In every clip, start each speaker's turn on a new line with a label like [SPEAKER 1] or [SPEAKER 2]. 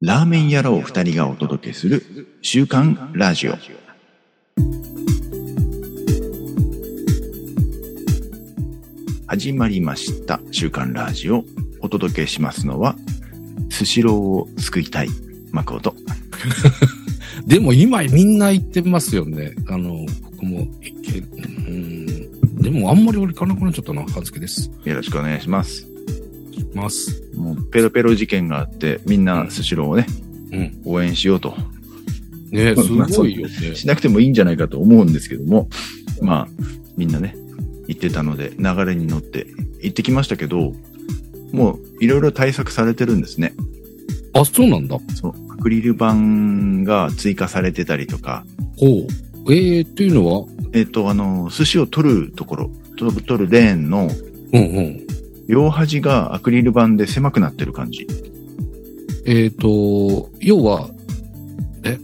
[SPEAKER 1] ラーメン野郎二人がお届けする週刊ラジオ。始まりました週刊ラジオ。お届けしますのは、スシローを救いたい誠。
[SPEAKER 2] でも今みんな行ってますよね。あの、僕も行け、うん。でもあんまり俺行かなくなっちゃったな、はずけです。
[SPEAKER 1] よろしくお願いします。
[SPEAKER 2] ます。
[SPEAKER 1] もうペロペロ事件があって、みんなスシローをね、
[SPEAKER 2] うん。
[SPEAKER 1] 応援しようと。
[SPEAKER 2] ね
[SPEAKER 1] まあ
[SPEAKER 2] すごいよね。
[SPEAKER 1] しなくてもいいんじゃないかと思うんですけども、まあ、みんなね、行ってたので、流れに乗って行ってきましたけど、もういろいろ対策されてるんですね。
[SPEAKER 2] あ、そうなんだ。
[SPEAKER 1] そう、アクリル板が追加されてたりとか、
[SPEAKER 2] ほう。えー、というのは、
[SPEAKER 1] えっ、と、あの、寿司を取るところ、と取るレーンの
[SPEAKER 2] うんうん。
[SPEAKER 1] 両端がアクリル板で狭くなってる感じ。
[SPEAKER 2] えっ、と、要は、え、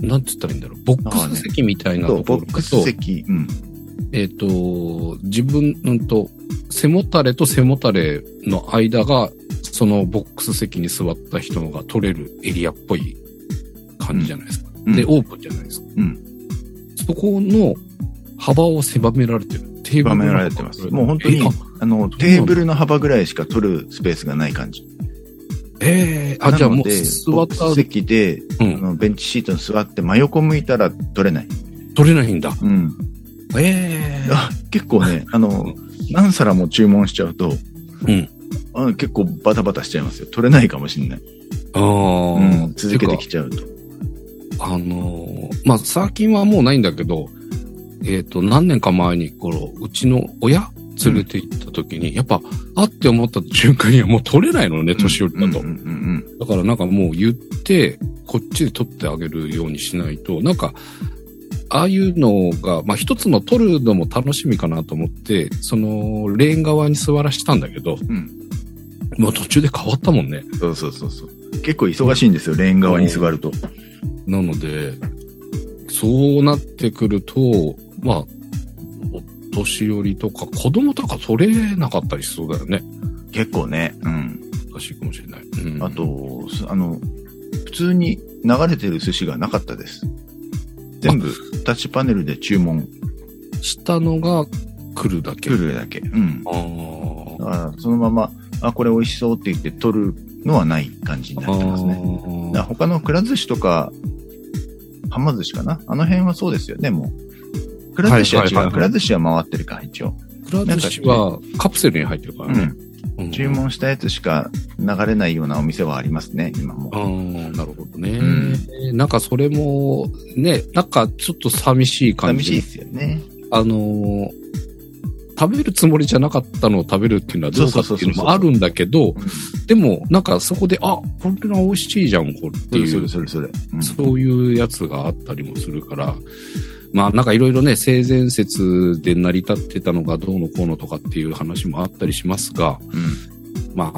[SPEAKER 2] なんつったらいいんだろう。ボックス席みたいな
[SPEAKER 1] そう
[SPEAKER 2] とこ
[SPEAKER 1] ボ
[SPEAKER 2] ろ
[SPEAKER 1] ッ
[SPEAKER 2] と、
[SPEAKER 1] クス席、うん、
[SPEAKER 2] えっ、と、自分、うんと、背もたれと背もたれの間が、そのボックス席に座った人のが取れるエリアっぽい感じじゃないですか。
[SPEAKER 1] うん
[SPEAKER 2] で、
[SPEAKER 1] う
[SPEAKER 2] オープンじゃないですか。
[SPEAKER 1] うん
[SPEAKER 2] そこの幅を狭められてる。テーブ
[SPEAKER 1] 狭
[SPEAKER 2] ル
[SPEAKER 1] め
[SPEAKER 2] の幅
[SPEAKER 1] られてます。もう本当に
[SPEAKER 2] えあ、
[SPEAKER 1] あの、テーブルの幅ぐらいしか取るスペースがない感じ。
[SPEAKER 2] ええあ、
[SPEAKER 1] な
[SPEAKER 2] じゃあ
[SPEAKER 1] の
[SPEAKER 2] もう
[SPEAKER 1] で、
[SPEAKER 2] 座
[SPEAKER 1] ボ
[SPEAKER 2] っ
[SPEAKER 1] ック
[SPEAKER 2] た、
[SPEAKER 1] ス席で、
[SPEAKER 2] う
[SPEAKER 1] あ
[SPEAKER 2] ん、
[SPEAKER 1] のベンチシートに座って真横向いたら取れない。
[SPEAKER 2] 取れないんだ。
[SPEAKER 1] うん。
[SPEAKER 2] ええ
[SPEAKER 1] あ結構ね、あの、何皿も注文しちゃうと、
[SPEAKER 2] うん
[SPEAKER 1] あ結構バタバタしちゃいますよ。取れないかもしれない。
[SPEAKER 2] ああ、
[SPEAKER 1] うん、続けて
[SPEAKER 2] き
[SPEAKER 1] きちゃうと。
[SPEAKER 2] あのーまあ、最近はもうないんだけど、えっ、と、何年か前に、この、うちの親連れて行った時に、やっぱ、あって思った瞬間にはもう取れないのね、年寄りだと。
[SPEAKER 1] うんうんうん
[SPEAKER 2] だからなんかもう言って、こっちで取ってあげるようにしないと、なんか、ああいうのが、まあ、一つの取るのも楽しみかなと思って、その、レーン側に座らしたんだけど、
[SPEAKER 1] うん
[SPEAKER 2] もう途中で変わったもんね。
[SPEAKER 1] うん。そうそうそうそう。結構忙しいんですよ、レーン側に座ると。
[SPEAKER 2] なので、そうなってくると、まあ、お年寄りとか子供とか取れなかったりしそうだよね。
[SPEAKER 1] 結構ね。うん。
[SPEAKER 2] 難しいかもしれない。うん、
[SPEAKER 1] あ、と、すあの、普通に流れてる寿司がなかったです。全部、タッチパネルで注文
[SPEAKER 2] したのが来るだけ。
[SPEAKER 1] 来るだけ。うん。
[SPEAKER 2] あ
[SPEAKER 1] だ
[SPEAKER 2] ー
[SPEAKER 1] から、そのまま、あ、これ美味しそうって言って取るのはない感じになってますね。だから
[SPEAKER 2] あ
[SPEAKER 1] 他のくら寿司とか、はま寿司かなあの辺はそうですよね、もう。くら寿司は違。
[SPEAKER 2] はいはいはいうはい
[SPEAKER 1] くら寿司は回ってるか、一応。
[SPEAKER 2] ー。くら寿司はカプセルに入ってるから
[SPEAKER 1] う
[SPEAKER 2] ね。
[SPEAKER 1] ん。
[SPEAKER 2] うん
[SPEAKER 1] 注。文したやつしか流れないようなお店はありますね、今も
[SPEAKER 2] あ。あ、なるほどね。
[SPEAKER 1] う
[SPEAKER 2] なんかそれも、ね、なんかちょっと寂しい感
[SPEAKER 1] 寂
[SPEAKER 2] じ。
[SPEAKER 1] しいですよね。
[SPEAKER 2] あのー食べるつもりじゃなかったのを食べるっていうのはどうかっていうのもあるんだけど、でも、なんかそこで、あ、これが美味しいじゃん、これって
[SPEAKER 1] それ
[SPEAKER 2] い
[SPEAKER 1] そうれ、それそれ。うん
[SPEAKER 2] そういうやつがあったりもするから、まあなんかいろいろね、性善説で成り立ってたのがどうのこうのとかっていう話もあったりしますが、
[SPEAKER 1] うん
[SPEAKER 2] ま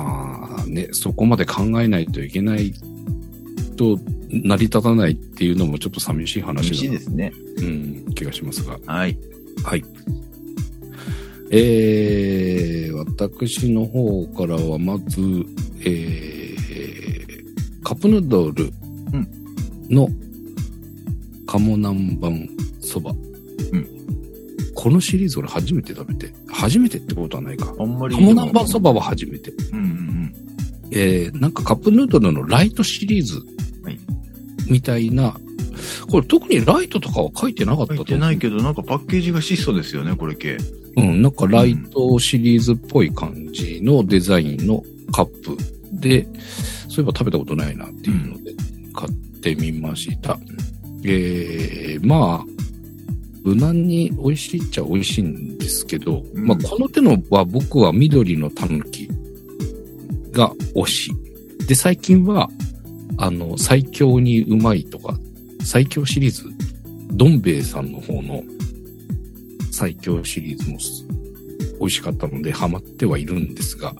[SPEAKER 2] あね、そこまで考えないといけないと成り立たないっていうのもちょっと寂しい話
[SPEAKER 1] 寂しい
[SPEAKER 2] だな
[SPEAKER 1] ですね。
[SPEAKER 2] うん、気がしますが。
[SPEAKER 1] はい。
[SPEAKER 2] はい。えー、私の方からはまず、えー、カップヌードル
[SPEAKER 1] うん
[SPEAKER 2] の鴨南蛮そば。
[SPEAKER 1] うん
[SPEAKER 2] このシリーズ俺初めて食べて、初めてってことはないか。
[SPEAKER 1] あんまり。
[SPEAKER 2] 鴨南蛮そばは初めて。
[SPEAKER 1] うんうん
[SPEAKER 2] えー、なんかカップヌードルのライトシリーズ
[SPEAKER 1] はい
[SPEAKER 2] みたいな、これ特にライトとかは書いてなかっ
[SPEAKER 1] う
[SPEAKER 2] た
[SPEAKER 1] ん。
[SPEAKER 2] と
[SPEAKER 1] 入っ
[SPEAKER 2] 思
[SPEAKER 1] て
[SPEAKER 2] う。
[SPEAKER 1] ないけど、なんかパッケージが質素ですよね、これ系。
[SPEAKER 2] うん、なんかライトシリーズっぽい感じのデザインのカップで、そういえば食べたことないなっていうので買ってみました。えー、まあ、無難に美味しいっちゃ美味しいんですけど、
[SPEAKER 1] うん
[SPEAKER 2] まあこの手のは僕は緑のタヌキが推し。で、最近は、あの、最強にうまいとか、最強シリーズ、どん兵衛さんの方の最強シリーズも美味しかったのでハマってはいるんですが、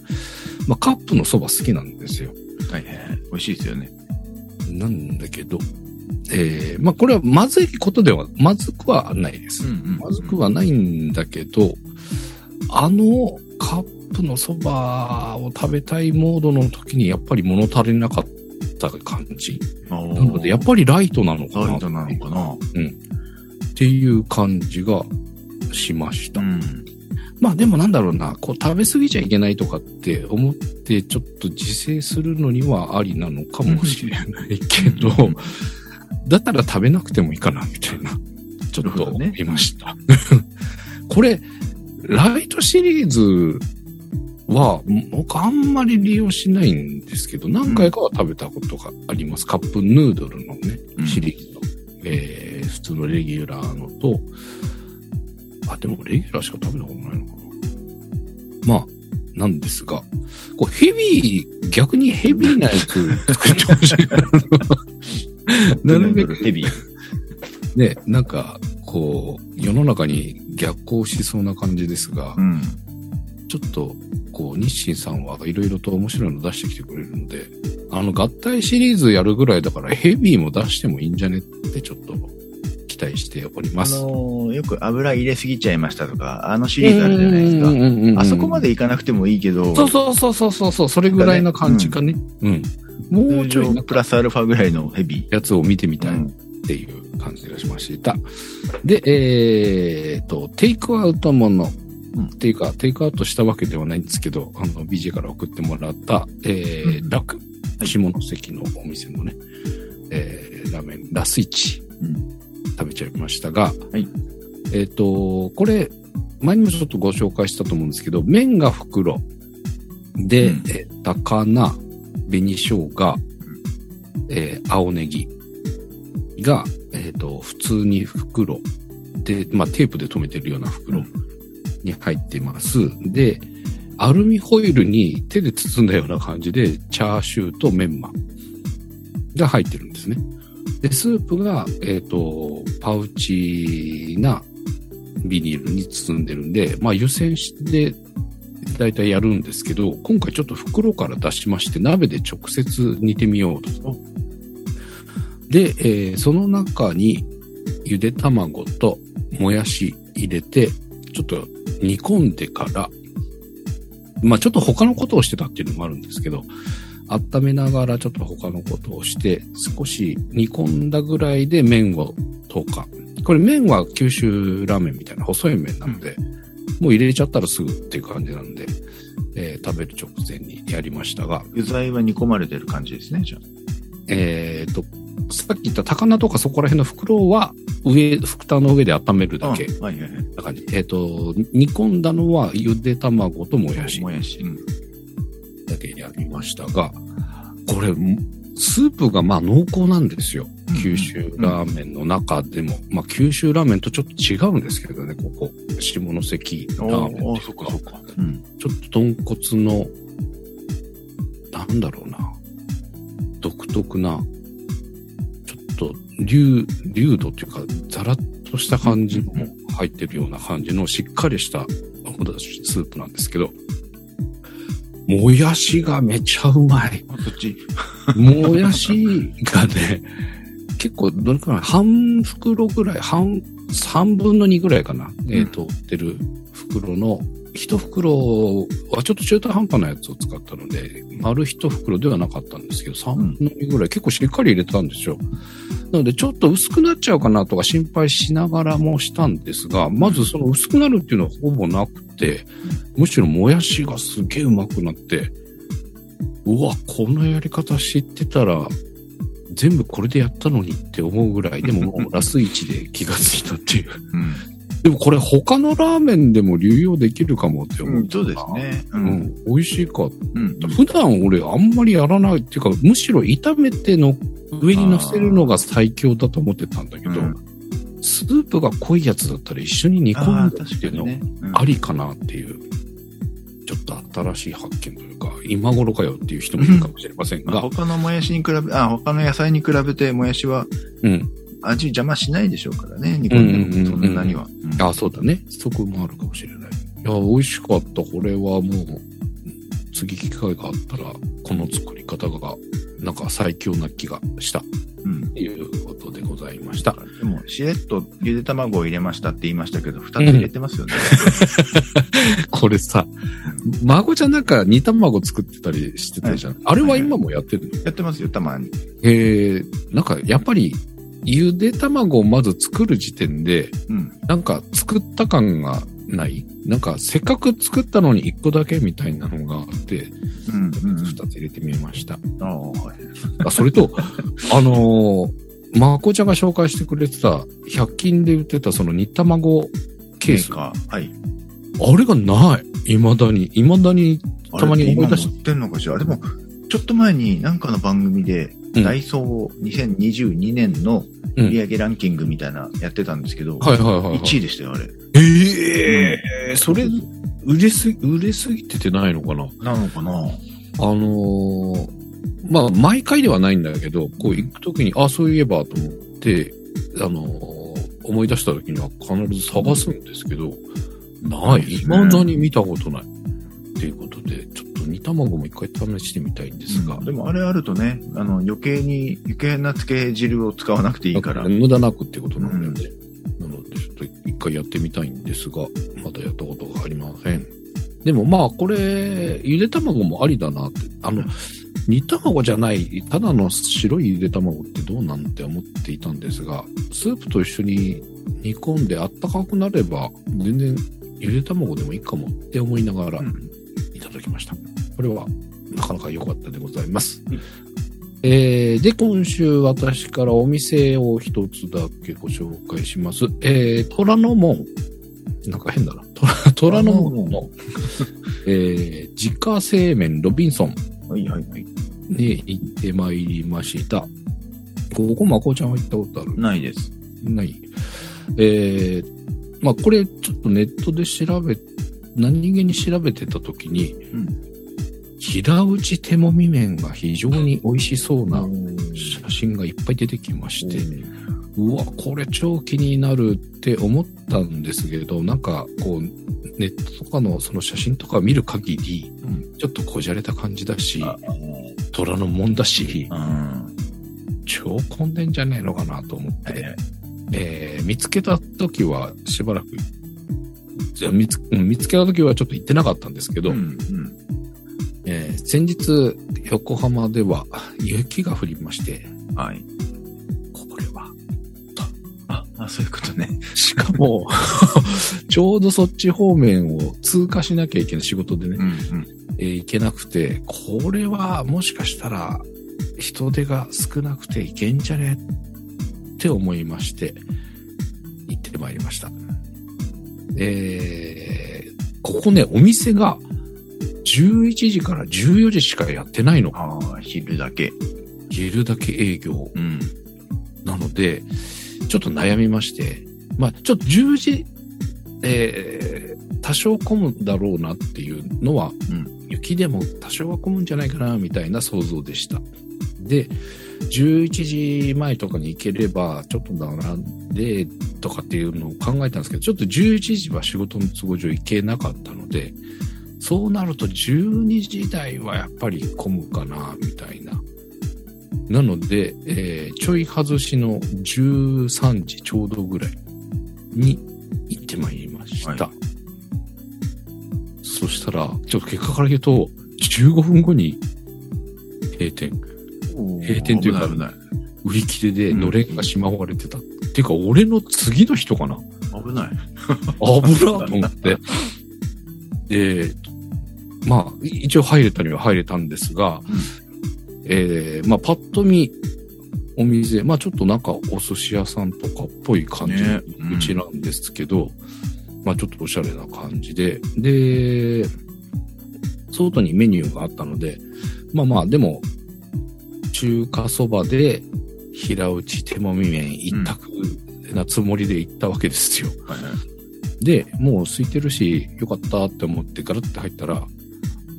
[SPEAKER 2] まあカップのそば好きなんですよ。
[SPEAKER 1] はいはいはい。美味しいですよね。
[SPEAKER 2] なんだけど、えー、まあこれはまずいことでは、まずくはないです。
[SPEAKER 1] ん
[SPEAKER 2] まずくはないんだけど、あのカップのそばを食べたいモードの時にやっぱり物足りなかっった感じ。
[SPEAKER 1] あ
[SPEAKER 2] なので、やっ
[SPEAKER 1] ぱ
[SPEAKER 2] ぱりライトなのか
[SPEAKER 1] ラ
[SPEAKER 2] な
[SPEAKER 1] イトなのかな。
[SPEAKER 2] っていう感じがしました。
[SPEAKER 1] ん。
[SPEAKER 2] まあでもなんだろうな、こう食べ過ぎちゃいけないとかって思ってちょっと自制するのにはありなのかもしれないけど、だったら食べなくてもいいかなみたいな、ちょ
[SPEAKER 1] なる
[SPEAKER 2] っ
[SPEAKER 1] ほ
[SPEAKER 2] と
[SPEAKER 1] どね
[SPEAKER 2] 思いました。これ、ライトシリーズは僕あんまり利用しないんですけど、何回かは食べたことがあります。カップヌードルのね。シリーズの、えー、普通のレギュラーのと、あ、でもレギュラーしか食べたことないのかな。まあ、なんですが、こうヘビー、逆にヘビーなやつ作ってほしい。なるべ く
[SPEAKER 1] ヘビー。
[SPEAKER 2] ね、なんか、こう、世の中に逆行しそうな感じですが
[SPEAKER 1] う、ん。
[SPEAKER 2] ちょっと、こう、日清さんはいろいろと面白いの出してきてくれるので、あの、合体シリーズやるぐらいだからヘビーも出してもいいんじゃねってちょっと期待しており
[SPEAKER 1] あ
[SPEAKER 2] ます。
[SPEAKER 1] のーよく油入れすぎちゃいましたとか、あのシリーズあるじゃないですか。
[SPEAKER 2] か
[SPEAKER 1] あそこまでいかなくてもいいけど、
[SPEAKER 2] そうそうそうそうそうそう、それぐらいな感じかね。うん。もうちょい
[SPEAKER 1] 通
[SPEAKER 2] な
[SPEAKER 1] 常
[SPEAKER 2] ん
[SPEAKER 1] プ
[SPEAKER 2] か
[SPEAKER 1] ラスアルファぐらいのヘビ
[SPEAKER 2] やつを見てみ
[SPEAKER 1] ー。
[SPEAKER 2] たいっていう感じがしました。で、えー、と、テイクアウトもの、
[SPEAKER 1] うん
[SPEAKER 2] っていうか、テイクアウトしたわけではないんですけど、あの、BJ から送ってもらった、えー
[SPEAKER 1] うん
[SPEAKER 2] 楽、下関のお店のね、えーラーメン、ラスイチ、
[SPEAKER 1] うん
[SPEAKER 2] 食べちゃいましたが、
[SPEAKER 1] い
[SPEAKER 2] えっ、と、これ、前にもちょっとご紹介したと思うんですけど、麺が袋で、
[SPEAKER 1] うん
[SPEAKER 2] えー高菜、紅生姜、えー青ネギが、えっ、と、普通に袋で、まあ、テープで留めてるような袋に入ってます。で、アルミホイルに手で包んだような感じで、チャーシューとメンマが入ってるんですね。で、スープが、えっ、と、パウチなビニールに包んでるんで、まあ湯煎して大体やるんですけど、今回ちょっと袋から出しまして、鍋で直接煮てみようと。で、えーその中にゆで卵ともやし入れて、ちょっと煮込んでから、まあちょっと他のことをしてたっていうのもあるんですけど、温めながらちょっと他のことをして、少し煮込んだぐらいで麺を投下。これ麺は九州ラーメンみたいな細い麺なので、もう入れちゃったらすぐっていう感じなんで、えー食べる直前にやりましたが、
[SPEAKER 1] 具材は煮込まれてる感じですね、じゃあ。
[SPEAKER 2] えっ、と、さっき言った高菜とかそこら辺の袋は上、蓋の上で温めるだけ
[SPEAKER 1] あはいはいはい。
[SPEAKER 2] な感じ。えっ、と、煮込んだのはゆで卵ともやし。
[SPEAKER 1] もやし。うん
[SPEAKER 2] だけやりましたが、これ、スープがまあ濃厚なんですよ。九州ラーメンの中でも、まあ九州ラーメンとちょっと違うんですけどね、ここ。下関ラーメンって
[SPEAKER 1] おーあー、
[SPEAKER 2] い
[SPEAKER 1] そうっ
[SPEAKER 2] か
[SPEAKER 1] かそっか。うん。
[SPEAKER 2] ちょっと豚骨の、なんだろうな、独特な、ちょっと、流、流度っていうか、ザラッとした感じも入ってるような感じの、しっかりしたおだしスープなんですけど、もやしがめちゃうまい。
[SPEAKER 1] あそっち。
[SPEAKER 2] もやしがね、結構どれくらい、半袋ぐらい、半、三分の2ぐらいかな。
[SPEAKER 1] ん
[SPEAKER 2] えっ、と、売ってる袋の、一袋はちょっと中途半端なやつを使ったので、丸一袋ではなかったんですけど、三分の2ぐらい、結構しっかり入れたんですよ。なので、ちょっと薄くなっちゃうかなとか心配しながらもしたんですが、まずその薄くなるっていうのはほぼなくて、むしろもやしがすげえうまくなって、うわ、このやり方知ってたら、全部これでやったのにって思うぐらい、でももうラス1で気がついたっていう。
[SPEAKER 1] うん。
[SPEAKER 2] でもこれ他のラーメンでも流用できるかもって思
[SPEAKER 1] う、。
[SPEAKER 2] うん
[SPEAKER 1] そうですね。う。
[SPEAKER 2] うんん、美味しいか。
[SPEAKER 1] うん。
[SPEAKER 2] 普段俺あんまりやらないっていうか、むしろ炒めての上に乗せるのが最強だと思ってたんだけど、
[SPEAKER 1] うん
[SPEAKER 2] スープが濃いやつだったら一緒に煮込
[SPEAKER 1] あ
[SPEAKER 2] ん
[SPEAKER 1] あ、
[SPEAKER 2] でっ
[SPEAKER 1] 確
[SPEAKER 2] て
[SPEAKER 1] か
[SPEAKER 2] いうの
[SPEAKER 1] にね。うん
[SPEAKER 2] ありかなっていう、ちょっと新しい発見というか、今頃かよっていう人もいるかもしれません
[SPEAKER 1] まあ
[SPEAKER 2] が、
[SPEAKER 1] 他のもやしに比べ、あ、他の野菜に比べてもやしは
[SPEAKER 2] うん。
[SPEAKER 1] 味邪魔しないでしょうからね、煮込んでもそんなには。うん
[SPEAKER 2] あ、そうだね。そこもあるかもしれない。いや、美味しかった。これはもう、次機会があったら、この作り方が、なんか最強な気がした。
[SPEAKER 1] うん。
[SPEAKER 2] ということでごございました。
[SPEAKER 1] でも、しれっとゆで卵を入れましたって言いましたけど、二つ入れてますよね。
[SPEAKER 2] これさ、孫ちゃんなんか煮卵作ってたりしてたじゃん。あれは今もやってるの、
[SPEAKER 1] やってますよ、たまに。
[SPEAKER 2] へえ、なんかやっぱり、ゆで卵をまず作る時点で、
[SPEAKER 1] うん。
[SPEAKER 2] なんか作った感がないなんかせっかく作ったのに一個だけみたいなのがあって、
[SPEAKER 1] うん、うん
[SPEAKER 2] 二つ入れてみました。
[SPEAKER 1] うん。ああ、はい。
[SPEAKER 2] あそれと、 あのー、まこちゃんが紹介してくれてた、100均で売ってたその煮卵ケース。あ
[SPEAKER 1] か。はい。
[SPEAKER 2] れがない。未だに。未だに、たまに思い出し
[SPEAKER 1] あれって今も売ってんのかしら。でも、ちょっと前になんかの番組で、
[SPEAKER 2] うん
[SPEAKER 1] ダイソーを2022年の
[SPEAKER 2] うん
[SPEAKER 1] 売上ランキングみたいなやってたんですけど、
[SPEAKER 2] はいはいはい、はい。
[SPEAKER 1] 1位でしたよ、あれ。
[SPEAKER 2] ええそれ、売れすぎ、売れすぎててないのかな
[SPEAKER 1] なのかな
[SPEAKER 2] あのーまあ、毎回ではないんだけど、こう行くときに、あ、そういえばと思って、あのー思い出したときには必ず探すんですけど、ない。未だに見たことない。っていうことで、ちょっと煮卵も一回試してみたいんですが。
[SPEAKER 1] でもあれあるとね、あの余計に、余計な漬け汁を使わなくていいから。
[SPEAKER 2] 無駄なくってことなんだよね。なので、ちょっと一回やってみたいんですが、まだやったことがありません。でもまあ、これ、ゆで卵もありだなって。あの、煮卵じゃない、ただの白いゆで卵ってどうなんて思っていたんですが、スープと一緒に煮込んであったかくなれば、全然ゆで卵でもいいかもって思いながら
[SPEAKER 1] うん
[SPEAKER 2] いただきました。これは、なかなか良かったでございます。
[SPEAKER 1] うん
[SPEAKER 2] えーで、今週私からお店を一つだけご紹介します。えー、虎ノ門。なんか変だな。虎虎ノ門の、 えー自家製麺ロビンソン
[SPEAKER 1] はいはいはい。
[SPEAKER 2] に行ってまいりました。ここ、まこちゃんは行ったことある
[SPEAKER 1] ないです。
[SPEAKER 2] ない。えー、まあこれちょっとネットで調べ、何気に調べてた時に、
[SPEAKER 1] ん
[SPEAKER 2] 平打ち手もみ麺が非常に美味しそうな
[SPEAKER 1] し
[SPEAKER 2] 写真がいっぱい出てきましてて、、うわ、これ超気になるって思ったんですけど、なんかこう、ネットとかのその写真とか見る限り、
[SPEAKER 1] うん
[SPEAKER 2] ちょっとこじゃれた感じだし、
[SPEAKER 1] あ
[SPEAKER 2] 虎のもんだし、
[SPEAKER 1] あー
[SPEAKER 2] 超混んでんじゃねえのかなと思って、
[SPEAKER 1] はいはい
[SPEAKER 2] えー見つけた時はしばらく、じゃあ見つうん見つけた時はちょっと行ってなかったんですけど、
[SPEAKER 1] うんうん
[SPEAKER 2] えー先日横浜では雪が降りまして、
[SPEAKER 1] はい。
[SPEAKER 2] これは。
[SPEAKER 1] あ、あそういうことね。
[SPEAKER 2] しか も、ちょうど そっち方面を通過しなきゃいけない仕事でね、
[SPEAKER 1] うんうん。
[SPEAKER 2] えー行けなくて、これはもしかしたら人手が少なくていけんじゃねって思いまして、行ってまいりました。えーここね、お店が11時から14時しかやってないの。
[SPEAKER 1] ああ、昼だけ。
[SPEAKER 2] 昼だけ営業
[SPEAKER 1] うん。
[SPEAKER 2] なので、ちょっと悩みまして、まあちょっと10時、えー多少混むだろうなっていうのは、
[SPEAKER 1] うん
[SPEAKER 2] 雪でも多少は混むんじゃないかな、みたいな想像でした。で、11時前とかに行ければ、ちょっと並んで、とかっていうのを考えたんですけど、ちょっと11時は仕事の都合上行けなかったので、そうなると12時台はやっぱり混むかな、みたいな。なので、えーちょい外しの13時ちょうどぐらいに行ってまいりました。
[SPEAKER 1] は
[SPEAKER 2] そしたら、ちょっと結果から言うと、15分後に閉店。閉店というか
[SPEAKER 1] 危ない
[SPEAKER 2] 売り切れで
[SPEAKER 1] うん
[SPEAKER 2] のれんがしまわれてた。っていうか、俺の次の人かな
[SPEAKER 1] 危ない。危ない。
[SPEAKER 2] 危なと思って。で、まあ、一応入れたには入れたんですが、えーまあ、パッと見、お店、まあちょっとなんかお寿司屋さんとかっぽい感じの
[SPEAKER 1] ねうん
[SPEAKER 2] うちなんですけど、まあちょっとおしゃれな感じで、で、外にメニューがあったので、まあまあ、でも、中華そばで平打ち手もみ麺一択なつもりで行ったわけですよ。
[SPEAKER 1] はいはい
[SPEAKER 2] で、もう空いてるし、よかったって思ってガラッて入ったら、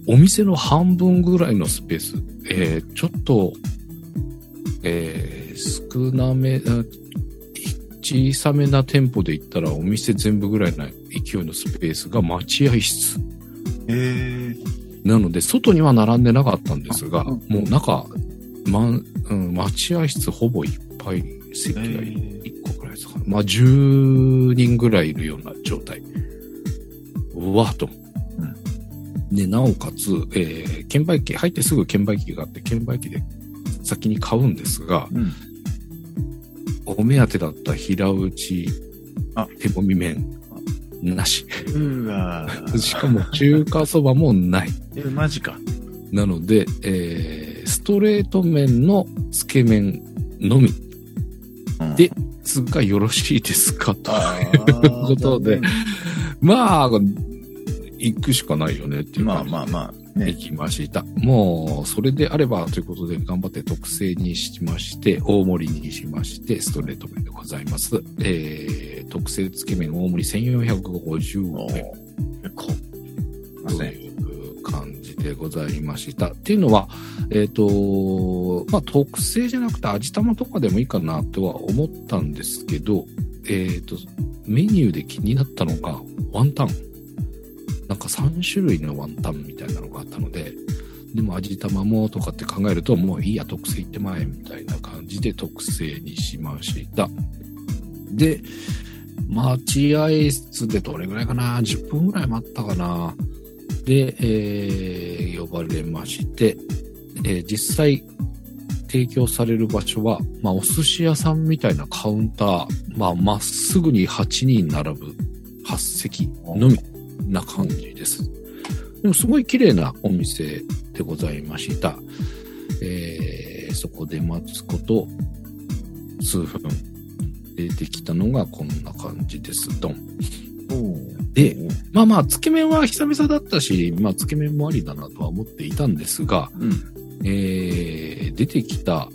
[SPEAKER 2] お店の半分ぐらいのスペース、えーちょっと、えー少なめ、あ小さめな店舗で行ったらお店全部ぐらいの勢いのスペースが待合室。
[SPEAKER 1] え
[SPEAKER 2] なので、外には並んでなかったんですが、
[SPEAKER 1] うん
[SPEAKER 2] もう中、まんうん、待合室ほぼいっぱい席が
[SPEAKER 1] へー
[SPEAKER 2] 1個くらいですかね。まあ、10人ぐらいいるような状態。うわっと。で、なおかつ、えー券売機、入ってすぐ券売機があって、券売機で先に買うんですが、
[SPEAKER 1] うん。
[SPEAKER 2] お目当てだった平打ち
[SPEAKER 1] あ、
[SPEAKER 2] 手もみ麺、なし。
[SPEAKER 1] うわ
[SPEAKER 2] しかも中華そばもない。
[SPEAKER 1] え、マジか。
[SPEAKER 2] なので、えーストレート麺のつけ麺のみ
[SPEAKER 1] うん
[SPEAKER 2] で、つがよろしいですかと。
[SPEAKER 1] あー
[SPEAKER 2] ということでまあ、行くしかないよねっていう
[SPEAKER 1] まあ
[SPEAKER 2] 感じで。
[SPEAKER 1] まあまあ、
[SPEAKER 2] 行
[SPEAKER 1] ね。
[SPEAKER 2] きました。もう、それであればということで頑張って特製にしまして、大盛りにしまして、ストレート麺でございます。えー、特製つけ麺大盛り1450
[SPEAKER 1] お
[SPEAKER 2] 円。
[SPEAKER 1] ー結構。ま
[SPEAKER 2] と
[SPEAKER 1] せん。
[SPEAKER 2] いう感じでございました。っていうのは、えっ、と、まあ、特製じゃなくて味玉とかでもいいかなとは思ったんですけど、えっ、と、メニューで気になったのが、ワンタン。なんか3種類のワンタンみたいなのがあったので、でも味玉もとかって考えると、もういいや、特製行ってまえ、みたいな感じで特製にしました。で、待合室でどれぐらいかな ?10 分ぐらい待ったかなで、えー呼ばれまして、えー実際提供される場所は、まあ、お寿司屋さんみたいなカウンター、まあ、まっすぐに8人並ぶ8席のみな感じです。でもすごい綺麗なお店でございました。えーそこで待つこと数分出てきたのがこんな感じです。ドン。で
[SPEAKER 1] おー、
[SPEAKER 2] まあまあ、つけ麺は久々だったし、まあ、つけ麺もありだなとは思っていたんですが、
[SPEAKER 1] うん。
[SPEAKER 2] えー、出てきた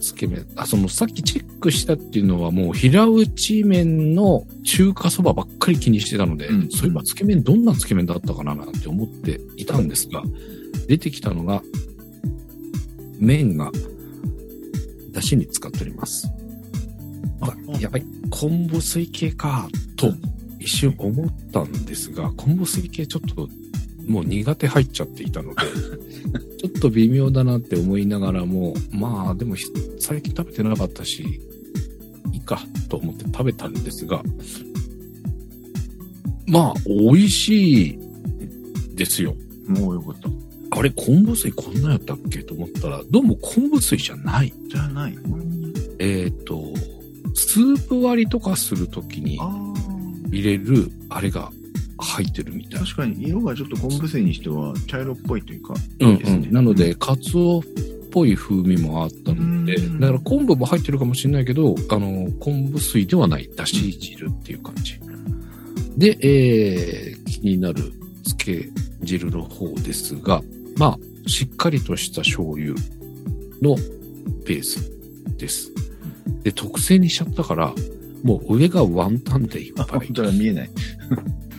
[SPEAKER 2] つけ麺、あ、そのさっきチェックしたっていうのはもう平打ち麺の中華そばばっかり気にしてたので、
[SPEAKER 1] うん
[SPEAKER 2] そういえばつけ麺どんなつけ麺だったかななんて思っていたんですが、出てきたのが、麺が、だしに使っております。あ
[SPEAKER 1] あ、
[SPEAKER 2] やばい、昆布水系か、と一瞬思ったんですが、昆布水系ちょっともう苦手入っちゃっていたので、ちょっと微妙だなって思いながらも、まあでもひ最近食べてなかったし、いいかと思って食べたんですが、まあ美味しいですよ。
[SPEAKER 1] もうよかった。
[SPEAKER 2] あれ、昆布水こんなんやったっけと思ったら、どうも昆布水じゃない。
[SPEAKER 1] じゃない。
[SPEAKER 2] えっ、と、スープ割りとかするときに
[SPEAKER 1] ああ。
[SPEAKER 2] 入れる、あれが入ってるみたいな。
[SPEAKER 1] 確かに色がちょっと昆布水にしては茶色っぽいというか。
[SPEAKER 2] うん
[SPEAKER 1] ですね
[SPEAKER 2] なので、カツオっぽい風味もあったので、
[SPEAKER 1] うん
[SPEAKER 2] だから昆布も入ってるかもしれないけど、あの、昆布水ではない、だし汁っていう感じ。で、えー、気になるつけ汁の方ですが、まあ、しっかりとした醤油のベースです。で、特製にしちゃったから、もう上がワンタンでいっ
[SPEAKER 1] あ、
[SPEAKER 2] ぱい
[SPEAKER 1] 本。当だ、見えない。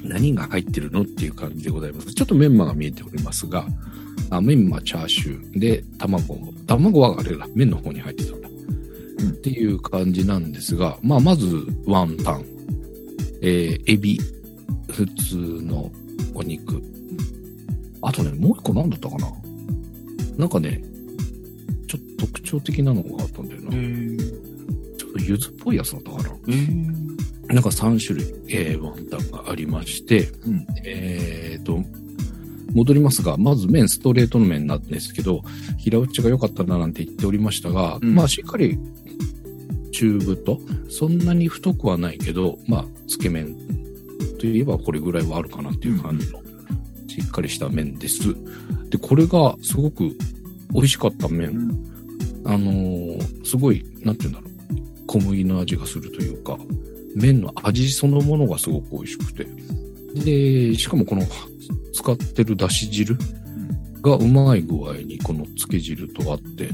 [SPEAKER 2] 何が入ってるのっていう感じでございます。ちょっとメンマが見えておりますが、あメンマ、チャーシューで、卵。卵はあれだ、麺の方に入ってたんだ。
[SPEAKER 1] うん
[SPEAKER 2] っていう感じなんですが、まあ、まず、ワンタン、えーエビ、普通のお肉。あとね、もう一個何だったかななんかね、ちょっと特徴的なのがあったんだよな。ちょっと柚子っぽいやつだったかななんか3種類、えーワンタンがありまして、
[SPEAKER 1] うん
[SPEAKER 2] えーと、戻りますが、まず麺、ストレートの麺なんですけど、平打ちが良かったななんて言っておりましたが、
[SPEAKER 1] うん
[SPEAKER 2] まあしっかり中太、そんなに太くはないけど、まあ、つけ麺といえばこれぐらいはあるかなっていう感じの、しっかりした麺です。で、これがすごく美味しかった麺。
[SPEAKER 1] うん
[SPEAKER 2] あのーすごい、なんて言うんだろう。小麦の味がするというか、麺の味そのものがすごく美味しくて。で、しかもこの使ってるだし汁がうまい具合にこの漬け汁とあって、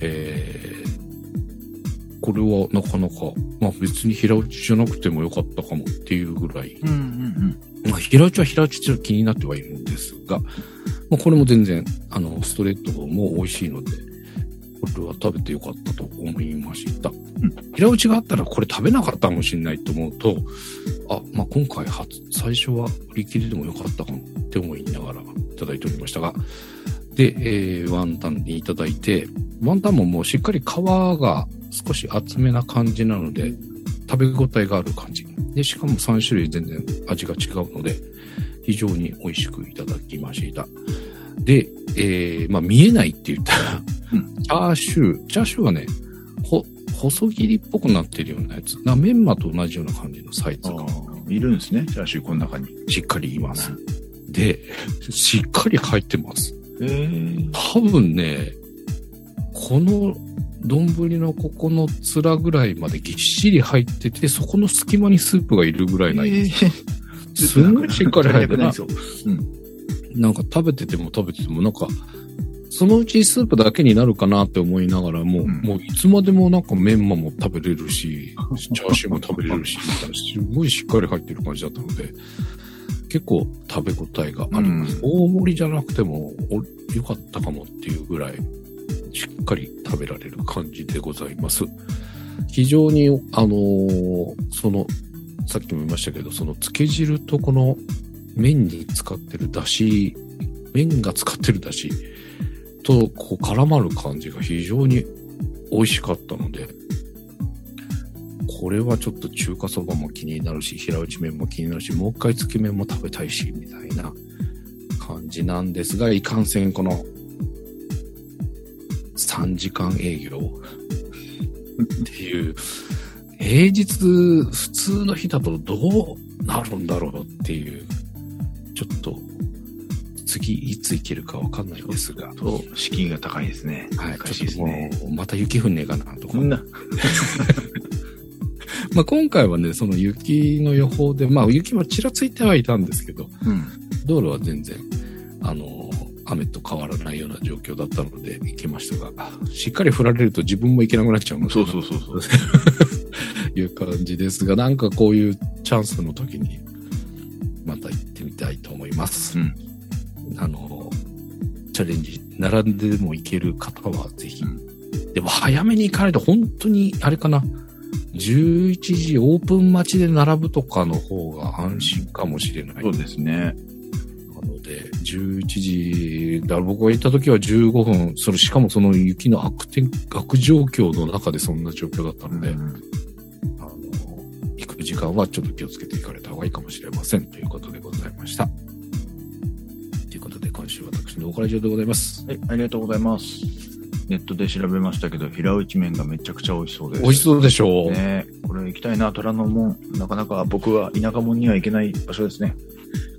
[SPEAKER 2] えー、これはなかなか、まあ別に平打ちじゃなくてもよかったかもっていうぐらい
[SPEAKER 1] うんうん
[SPEAKER 2] まあ、平打ちは平打ちちょっと気になってはいるんですが、まあ、これも全然、あの、ストレートも美味しいので、これは食べてよかったと思いました。平打ちがあったらこれ食べなかったかもしれないと思うと、あ、まあ、今回初、最初は売り切れでもよかったかもって思いながらいただいておりましたが、で、えーワンタンにいただいて、ワンタンももうしっかり皮が少し厚めな感じなので、食べ応えがある感じ。で、しかも3種類全然味が違うので、非常に美味しくいただきました。で、えー、まあ見えないって言った
[SPEAKER 1] う、
[SPEAKER 2] らチャーシュー、チャーシューはね、ほ、細切りっぽくなってるようなやつ。なメンマと同じような感じのサイズが
[SPEAKER 1] いるんですね、チャーシューこの中に。
[SPEAKER 2] しっかりいます。で、しっかり入ってます。
[SPEAKER 1] えー、
[SPEAKER 2] 多分ね、この丼のここの面ぐらいまでぎっしり入ってて、そこの隙間にスープがいるぐらいない。すんごいしっかり入って
[SPEAKER 1] な
[SPEAKER 2] ない
[SPEAKER 1] い。そう。
[SPEAKER 2] なんか食べてても食べてても、なんか、そのうちスープだけになるかなって思いながらも、
[SPEAKER 1] うん
[SPEAKER 2] もういつまでもなんかメンマも食べれる し、チャーシューも食べれるし、みたいなすごいしっかり入ってる感じだったので、結構食べ応えがあります。大盛りじゃなくてもおよかったかもっていうぐらい、しっかり食べられる感じでございます。非常に、あのーその、さっきも言いましたけど、その漬け汁とこの麺に使ってるだし、麺が使ってるだしとこう絡まる感じが非常に美味しかったので、これはちょっと中華そばも気になるし、平打ち麺も気になるし、もう一回つけ麺も食べたいし、みたいな感じなんですが、いかんせんこの3時間営業っていう、平日普通の日だとどうなるんだろうっていう、ちょっと次いつ行けるかわかんないんですが、
[SPEAKER 1] そう、敷居が高いですね。
[SPEAKER 2] はい、
[SPEAKER 1] 難し
[SPEAKER 2] ち
[SPEAKER 1] い
[SPEAKER 2] ょ
[SPEAKER 1] で
[SPEAKER 2] っと
[SPEAKER 1] すね。
[SPEAKER 2] もうまた雪降んねえかなとか
[SPEAKER 1] こんな、
[SPEAKER 2] まあ、今回はね、その雪の予報で、まあ、雪はちらついてはいたんですけど、
[SPEAKER 1] うん。
[SPEAKER 2] 道路は全然、あの、雨と変わらないような状況だったので行きましたが、しっかり降られると自分も行けなくなっちゃうので
[SPEAKER 1] そうそうそうそう。
[SPEAKER 2] いう感じですが、なんかこういうチャンスの時に、また行ってみたいと思います。
[SPEAKER 1] うん
[SPEAKER 2] あの、チャレンジ、並んでも行ける方はぜひ。
[SPEAKER 1] う
[SPEAKER 2] でも早めに行かないと本当に、あれかな、11時オープン待ちで並ぶとかの方が安心かもしれない。
[SPEAKER 1] そうですね。
[SPEAKER 2] なので、11時、だから僕が行った時は15分、それしかもその雪の悪天、悪状況の中でそんな状況だったので、あの、行く時間はちょっと気をつけて行かれた方がいいかもしれませんということでございました。ということで、今週私のおから以上でございます。
[SPEAKER 1] はい、ありがとうございます。ネットで調べましたけど、平打ち麺がめちゃくちゃ美味しそうです。
[SPEAKER 2] 美味しそうでしょう。
[SPEAKER 1] ねえこれ行きたいな、虎ノ門。なかなか僕は田舎者には行けない場所ですね。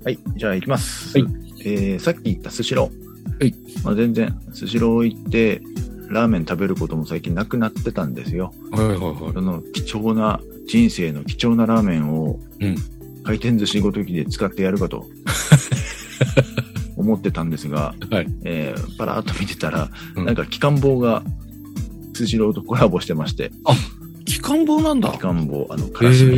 [SPEAKER 1] はい、じゃあ行きます。
[SPEAKER 2] はい
[SPEAKER 1] えー、さっき言ったスシロー。
[SPEAKER 2] はい。
[SPEAKER 1] まあ全然、スシロー行って、ラーメン食べることも最近なくなってたんですよ。
[SPEAKER 2] はいはいは
[SPEAKER 1] その貴重な、人生の貴重なラーメンを、
[SPEAKER 2] うん
[SPEAKER 1] 回転寿司ごときで使ってやるかと。思ってたんですが、
[SPEAKER 2] い。はい。
[SPEAKER 1] えー、パラーっと見てたら、
[SPEAKER 2] うん
[SPEAKER 1] なんか機関棒が、スシローとコラボしてまして、
[SPEAKER 2] 機関棒なんだ。
[SPEAKER 1] 機関棒、あの、
[SPEAKER 2] へ
[SPEAKER 1] からしの
[SPEAKER 2] え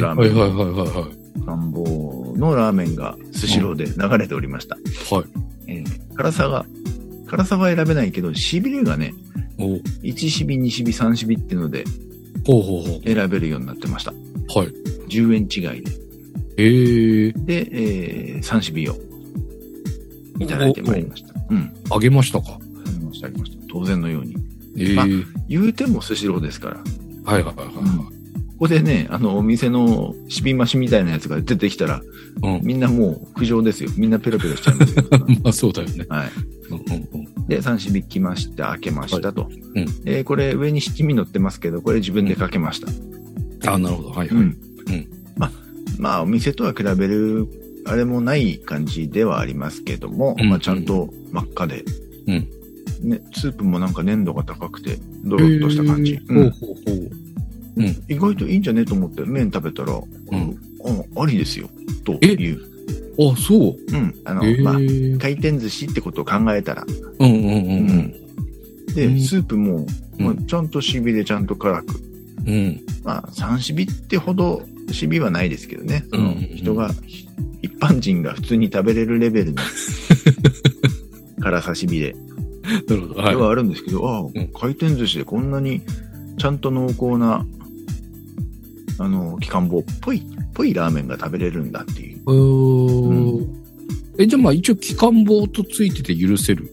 [SPEAKER 1] ラー
[SPEAKER 2] は
[SPEAKER 1] メ
[SPEAKER 2] い
[SPEAKER 1] ン
[SPEAKER 2] はいはいはいは
[SPEAKER 1] 官房のラーメンがスシローで流れておりました。
[SPEAKER 2] い。はい。
[SPEAKER 1] えー辛さが、辛さは選べないけど、しびれがね、
[SPEAKER 2] お
[SPEAKER 1] 1しび、2しび、3しびっていうので
[SPEAKER 2] ほうほうほ
[SPEAKER 1] 選べるようになってました。
[SPEAKER 2] う。はい。
[SPEAKER 1] 10円違い
[SPEAKER 2] へえ
[SPEAKER 1] で。で、えー、3しびをいただいてまいりました。うん。
[SPEAKER 2] あげましたか。
[SPEAKER 1] ありました、ありました。当然のように。
[SPEAKER 2] ええ
[SPEAKER 1] まあ言うてもスシローですから。
[SPEAKER 2] はいはいはいは
[SPEAKER 1] ここでね、あの、お店のしびましみたいなやつが出てきたら、
[SPEAKER 2] い。うん。
[SPEAKER 1] みんなもう苦情ですよ。みんなペロペロしちゃいますよ。
[SPEAKER 2] まあそうだよね。
[SPEAKER 1] はい。
[SPEAKER 2] うんうんうん。
[SPEAKER 1] で、三種引きまして、開けましたと。
[SPEAKER 2] うん
[SPEAKER 1] えーこれ、上に七味乗ってますけど、これ自分でかけました。
[SPEAKER 2] あ、なるほど。はいはい。
[SPEAKER 1] うん。まあ、まあ、お店とは比べる、あれもない感じではありますけども、
[SPEAKER 2] うん
[SPEAKER 1] まあ、ちゃんと真っ赤で。
[SPEAKER 2] うん
[SPEAKER 1] ね、スープもなんか粘度が高くて、ドロッとした感じ。
[SPEAKER 2] へえ
[SPEAKER 1] うん
[SPEAKER 2] ほうほうほう。
[SPEAKER 1] 意外といいんじゃねえと思って、麺食べたら、
[SPEAKER 2] ん
[SPEAKER 1] あありですよ、という。
[SPEAKER 2] あ、そ
[SPEAKER 1] う
[SPEAKER 2] う。
[SPEAKER 1] ん。あの、
[SPEAKER 2] ええ
[SPEAKER 1] まあ、回転寿司ってことを考えたら、
[SPEAKER 2] うんうんうんうん。
[SPEAKER 1] で、
[SPEAKER 2] うん
[SPEAKER 1] スープも、
[SPEAKER 2] うん
[SPEAKER 1] まあ、ちゃんとしびれ、ちゃんと辛く。
[SPEAKER 2] うん。
[SPEAKER 1] まあ、三しびってほどしびはないですけどね。その
[SPEAKER 2] うんうんうん
[SPEAKER 1] 人が、ひ一般人が普通に食べれるレベ ルの辛さしびれ
[SPEAKER 2] なるほど。は
[SPEAKER 1] で
[SPEAKER 2] い。
[SPEAKER 1] はあるんですけど、あ
[SPEAKER 2] ん
[SPEAKER 1] あ、回転寿司でこんなにちゃんと濃厚な、あの、機関棒っぽい、っぽいラーメンが食べれるんだっていう。
[SPEAKER 2] うーんえ、じゃあまあ一応機関棒とついてて許せる。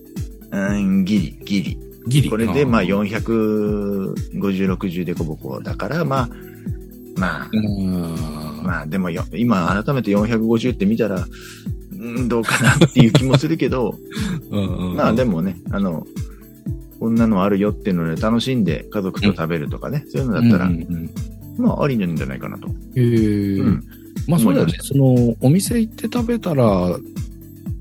[SPEAKER 1] うん、ギリ、ギリ。
[SPEAKER 2] ギリ。
[SPEAKER 1] これでまあ
[SPEAKER 2] うん
[SPEAKER 1] 450、60でこぼこだから、まあ、まあ、
[SPEAKER 2] うん。
[SPEAKER 1] まあでもよ、今改めて450って見たら、うんどうかなっていう気もするけど、
[SPEAKER 2] うん
[SPEAKER 1] まあでもね、あの、こんなのあるよっていうので楽しんで家族と食べるとかね、そういうのだったら、
[SPEAKER 2] うんうんうん
[SPEAKER 1] まあありなんじゃないかなと。
[SPEAKER 2] へえ。
[SPEAKER 1] うん。
[SPEAKER 2] まあそうだよね。その、お店行って食べたらっ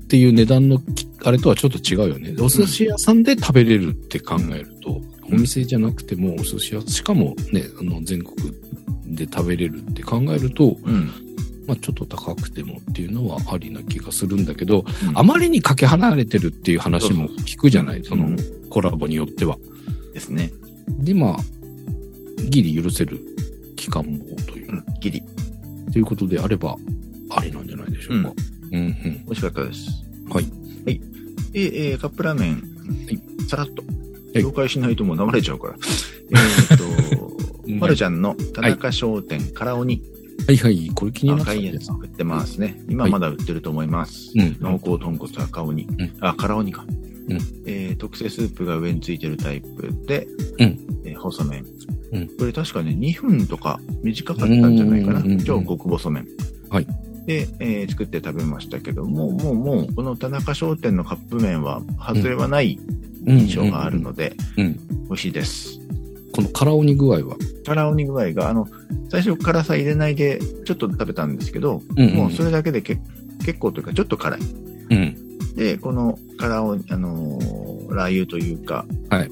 [SPEAKER 2] ていう値段のき、あれとはちょっと違うよね。お寿司屋さんで食べれるって考える
[SPEAKER 1] う
[SPEAKER 2] と、
[SPEAKER 1] ん
[SPEAKER 2] お店じゃなくてもお寿司屋、しかもね、あの、全国で食べれるって考えると、
[SPEAKER 1] うん。
[SPEAKER 2] まあちょっと高くてもっていうのはありな気がするんだけど、
[SPEAKER 1] うん
[SPEAKER 2] あまりにかけ離れてるっていう話も聞くじゃない、そ
[SPEAKER 1] うん
[SPEAKER 2] のコラボによっては。
[SPEAKER 1] ですね。
[SPEAKER 2] で、まあ、ギリ許せる期間もという
[SPEAKER 1] う。ん。ギリ。
[SPEAKER 2] ということであれば、ありなんじゃないでしょうか。うん、うん、
[SPEAKER 1] 美味しかったです。
[SPEAKER 2] はい。
[SPEAKER 1] はい。で、えーカップラーメン、
[SPEAKER 2] はい
[SPEAKER 1] さらっと、
[SPEAKER 2] い
[SPEAKER 1] 紹介しないともう流れちゃう から。えっと、
[SPEAKER 2] うん
[SPEAKER 1] まるちゃんの田中商店、カラオニ、
[SPEAKER 2] はいはい、これ気になってた
[SPEAKER 1] 赤いやつ売ってますね。今まだ売ってると思います。
[SPEAKER 2] うん。
[SPEAKER 1] 濃厚豚骨赤鬼、
[SPEAKER 2] ん
[SPEAKER 1] あ、カラオニか。
[SPEAKER 2] うん
[SPEAKER 1] えー特製スープが上についてるタイプで、
[SPEAKER 2] うん
[SPEAKER 1] えー細麺、
[SPEAKER 2] うん
[SPEAKER 1] これ確かね、2分とか短かったんじゃないかな。
[SPEAKER 2] うんうんうんうん
[SPEAKER 1] 超極細麺。
[SPEAKER 2] はい
[SPEAKER 1] で、えー作って食べましたけども、もうもう、この田中商店のカップ麺は、外れはない印象があるので、
[SPEAKER 2] うんうん
[SPEAKER 1] 美味しいです。
[SPEAKER 2] このカラオニ具合は。
[SPEAKER 1] カラオニ具合が、あの、最初辛さ入れないで、ちょっと食べたんですけど、
[SPEAKER 2] うんうん
[SPEAKER 1] もうそれだけでけ結構というか、ちょっと辛い。
[SPEAKER 2] うん。
[SPEAKER 1] で、この殻を、あのーラー油というか、
[SPEAKER 2] はい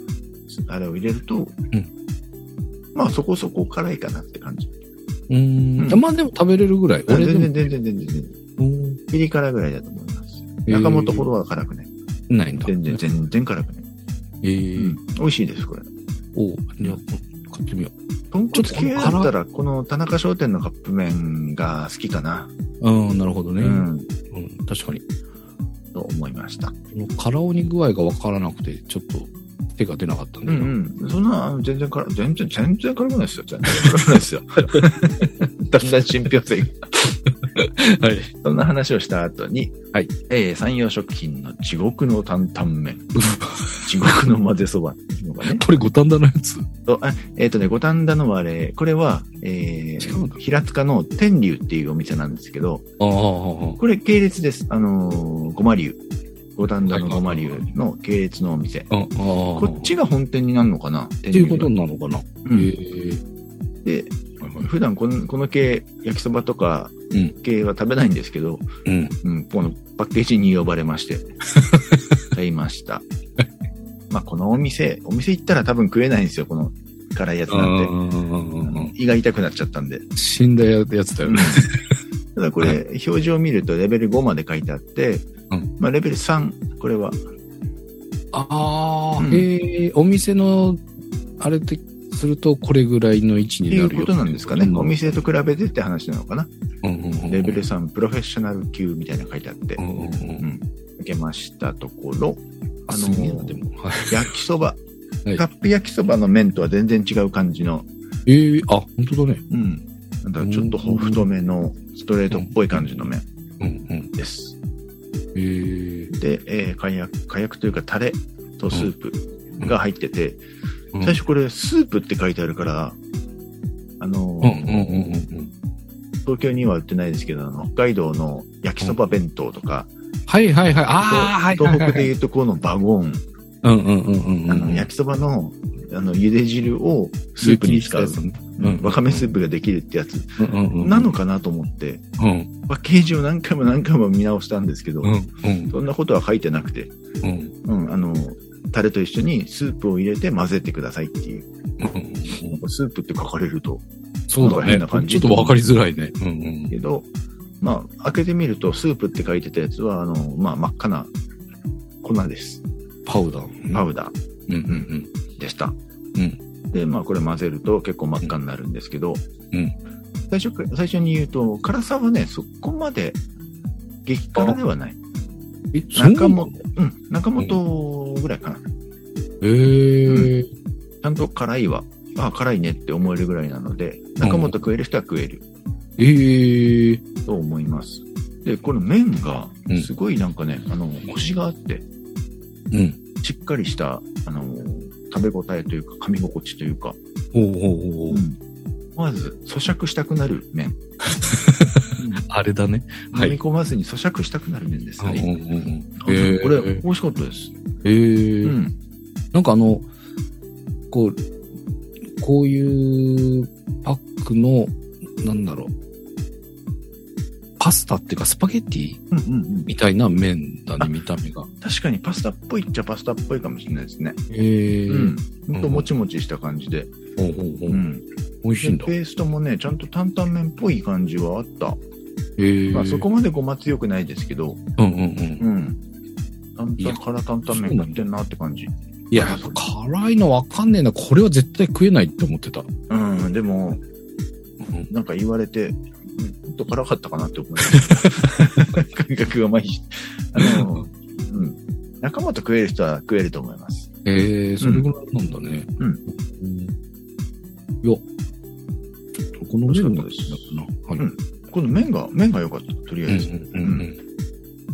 [SPEAKER 1] あれを入れると、
[SPEAKER 2] うん
[SPEAKER 1] まあそこそこ辛いかなって感じ。
[SPEAKER 2] うん
[SPEAKER 1] うん
[SPEAKER 2] まあでも食べれるぐらい。
[SPEAKER 1] 全
[SPEAKER 2] 俺でも
[SPEAKER 1] 然全然全然全然。
[SPEAKER 2] うん
[SPEAKER 1] ピリ辛ぐらいだと思います。
[SPEAKER 2] えー
[SPEAKER 1] 中本ほどは辛くない。
[SPEAKER 2] ないんだ。
[SPEAKER 1] 全然全然辛くない。
[SPEAKER 2] え
[SPEAKER 1] う
[SPEAKER 2] ー
[SPEAKER 1] ん、美味しいです、これ。
[SPEAKER 2] おうじゃあ買ってみよ
[SPEAKER 1] 豚
[SPEAKER 2] ちょ
[SPEAKER 1] 骨
[SPEAKER 2] っとこの
[SPEAKER 1] 系だったら、この田中商店のカップ麺が好きかな、
[SPEAKER 2] う。うん、なるほどね。
[SPEAKER 1] う
[SPEAKER 2] うん、
[SPEAKER 1] ん、
[SPEAKER 2] 確かに。
[SPEAKER 1] と思いました。
[SPEAKER 2] このカラオニ具合がわからなくて、ちょっと手が出なかったん
[SPEAKER 1] う
[SPEAKER 2] だけど。
[SPEAKER 1] んうん。そんな、あの全然辛、全然、全然辛くないですよ。全然辛くないですよ。 だんだん信憑性が
[SPEAKER 2] はい。
[SPEAKER 1] そんな話をした後に、
[SPEAKER 2] はい
[SPEAKER 1] えー山陽食品の地獄の担々麺、地獄の混ぜそばっていうのがね。
[SPEAKER 2] これ五反田のやつ。
[SPEAKER 1] とあえっ、とね、五反田のあれ、これは、え
[SPEAKER 2] 違うんだ
[SPEAKER 1] ー、平塚の天竜っていうお店なんですけど、
[SPEAKER 2] ああ、は
[SPEAKER 1] これ系列です。あのー、ごま流。五反田のごま流の系列のお店。
[SPEAKER 2] あ、ああ。
[SPEAKER 1] こっちが本店になるのかなって
[SPEAKER 2] っていうことなのかな。
[SPEAKER 1] うん
[SPEAKER 2] えー
[SPEAKER 1] で、
[SPEAKER 2] はいはい
[SPEAKER 1] 普段このこの系、焼きそばとか
[SPEAKER 2] うん
[SPEAKER 1] 系は食べないんですけど、
[SPEAKER 2] うん。
[SPEAKER 1] うん、このパッケージに呼ばれま して、買いました。まあ、このお店、お店行ったら多分食えないんですよ、この辛いやつなんて。あの
[SPEAKER 2] あ
[SPEAKER 1] 胃が痛くなっちゃったんで。
[SPEAKER 2] あ。死んだやつだよね。
[SPEAKER 1] ただこれ、表示を見るとレベル5まで書いてあって、
[SPEAKER 2] うん
[SPEAKER 1] まあ、レベル3、これは、
[SPEAKER 2] ああ、
[SPEAKER 1] うん
[SPEAKER 2] へえ、お店の、あれって、するとこれぐらいの位置
[SPEAKER 1] って
[SPEAKER 2] に
[SPEAKER 1] い
[SPEAKER 2] な
[SPEAKER 1] う
[SPEAKER 2] るよ
[SPEAKER 1] ことなんですかね。お、
[SPEAKER 2] うん
[SPEAKER 1] 店と比べてって話なのかな。
[SPEAKER 2] うんうんうん
[SPEAKER 1] レベル3、プロフェッショナル級みたいなの書いてあって
[SPEAKER 2] う、んうんうん
[SPEAKER 1] うん受けましたところ、
[SPEAKER 2] あ
[SPEAKER 1] あ
[SPEAKER 2] の
[SPEAKER 1] のー
[SPEAKER 2] すげえなでも。はい。
[SPEAKER 1] 焼きそば、
[SPEAKER 2] はい
[SPEAKER 1] カップ焼きそばの麺とは全然違う感じの、
[SPEAKER 2] ええあ、本当だね。
[SPEAKER 1] うん。なんだちょっとほ太めのストレートっぽい感じの麺
[SPEAKER 2] うんうん。
[SPEAKER 1] です。
[SPEAKER 2] ええ
[SPEAKER 1] で、えー、かやく、かやくというかタレとスープが入ってて、
[SPEAKER 2] うん
[SPEAKER 1] 最初これスープって書いてあるから、あの
[SPEAKER 2] う
[SPEAKER 1] ー、
[SPEAKER 2] んうんうんうんうん。
[SPEAKER 1] 東京には売ってないですけど、あの北海道の焼きそば弁当とか、
[SPEAKER 2] はいはいはい。ああ、はいはい
[SPEAKER 1] 東
[SPEAKER 2] は
[SPEAKER 1] 北
[SPEAKER 2] いは
[SPEAKER 1] で
[SPEAKER 2] い。
[SPEAKER 1] いうところのバゴン、
[SPEAKER 2] うんうんうんうんうん。
[SPEAKER 1] あの、焼きそばの、あの、茹で汁をスープに使う
[SPEAKER 2] やつ。
[SPEAKER 1] うん
[SPEAKER 2] うん
[SPEAKER 1] わかめスープができるってやつ、
[SPEAKER 2] うんうんうん。
[SPEAKER 1] なのかなと思って、
[SPEAKER 2] うん
[SPEAKER 1] パッケージを何回も何回も見直したんですけど、
[SPEAKER 2] うんうん
[SPEAKER 1] そんなことは書いてなくて、
[SPEAKER 2] うんうん
[SPEAKER 1] うん、あの、タレと一緒にスープを入れて混ぜてくださいっていう。
[SPEAKER 2] うん。
[SPEAKER 1] スープって書かれると、
[SPEAKER 2] そうだ
[SPEAKER 1] 変な感
[SPEAKER 2] ね。ちょ
[SPEAKER 1] じ
[SPEAKER 2] っとわかりづらいね。うんうん。
[SPEAKER 1] けど、まあ、開けてみると、スープって書いてたやつは、あの、まあ、真っ赤な粉です。
[SPEAKER 2] パウダー。
[SPEAKER 1] パ
[SPEAKER 2] ダ
[SPEAKER 1] ウダー
[SPEAKER 2] ー。うんうん
[SPEAKER 1] でした。
[SPEAKER 2] うん
[SPEAKER 1] で、まあ、これ混ぜると結構真っ赤になるんですけど、
[SPEAKER 2] うん
[SPEAKER 1] 最初か、最初に言うと、辛さはね、そこまで激辛ではない。
[SPEAKER 2] うん。え、そうな
[SPEAKER 1] 中
[SPEAKER 2] の
[SPEAKER 1] 本、うん、中本ぐらいかな。
[SPEAKER 2] ええ。
[SPEAKER 1] ちゃんと辛いは、あ辛いねって思えるぐらいなので、中本食える人は食える
[SPEAKER 2] ええ。
[SPEAKER 1] と思います。で、この麺が
[SPEAKER 2] うん、
[SPEAKER 1] すごいなんかね、あの、コシがあって、
[SPEAKER 2] うん。
[SPEAKER 1] しっかりした、あの、食べ応えというか、噛み心地というか、
[SPEAKER 2] おうおうおうおう
[SPEAKER 1] 思わず咀嚼したくなる麺。
[SPEAKER 2] あれだね。
[SPEAKER 1] うん
[SPEAKER 2] はい
[SPEAKER 1] 飲み込まずに咀嚼したくなる麺です
[SPEAKER 2] うん
[SPEAKER 1] ね。
[SPEAKER 2] うんうん
[SPEAKER 1] あ
[SPEAKER 2] へー
[SPEAKER 1] これ、美味しかったです。
[SPEAKER 2] へ
[SPEAKER 1] う
[SPEAKER 2] ー
[SPEAKER 1] ん。
[SPEAKER 2] なんかあの、こう、こういうパックの、なんだろう、パスタっていうかスパゲッティ
[SPEAKER 1] うんうんうん。
[SPEAKER 2] みたいな麺だ
[SPEAKER 1] あ
[SPEAKER 2] ね、見た目が。
[SPEAKER 1] 確かにパスタっぽいっちゃパスタっぽいかもしれないですね。
[SPEAKER 2] へえ。
[SPEAKER 1] うん。ほんと
[SPEAKER 2] うん
[SPEAKER 1] もちもちした感じで。
[SPEAKER 2] ほうほうほう
[SPEAKER 1] うん。
[SPEAKER 2] 美味しいん
[SPEAKER 1] で
[SPEAKER 2] だ。
[SPEAKER 1] ペーストもね、ちゃんと担々麺っぽい感じはあった。
[SPEAKER 2] へえ。
[SPEAKER 1] まあそこまでごま強くないですけど、
[SPEAKER 2] うんうんうん。
[SPEAKER 1] うん。担
[SPEAKER 2] いや
[SPEAKER 1] 々、辛担々麺食ってんなって感じ。
[SPEAKER 2] いや、やっぱ辛いのわかんねえな。これは絶対食えないって思ってた。
[SPEAKER 1] うん、でも、
[SPEAKER 2] うん
[SPEAKER 1] なんか言われて、うん、ほんと辛かったかなって思い ました。感覚がまひ。あ の、うん。仲間と食える人は食えると思います。
[SPEAKER 2] ええそれぐらいなんだね。
[SPEAKER 1] うん
[SPEAKER 2] うん。いや、ちょっとこの麺が好きだったな。
[SPEAKER 1] う
[SPEAKER 2] は
[SPEAKER 1] んこの麺が、麺が良かった、とりあえず。
[SPEAKER 2] い。うんうんうんうん。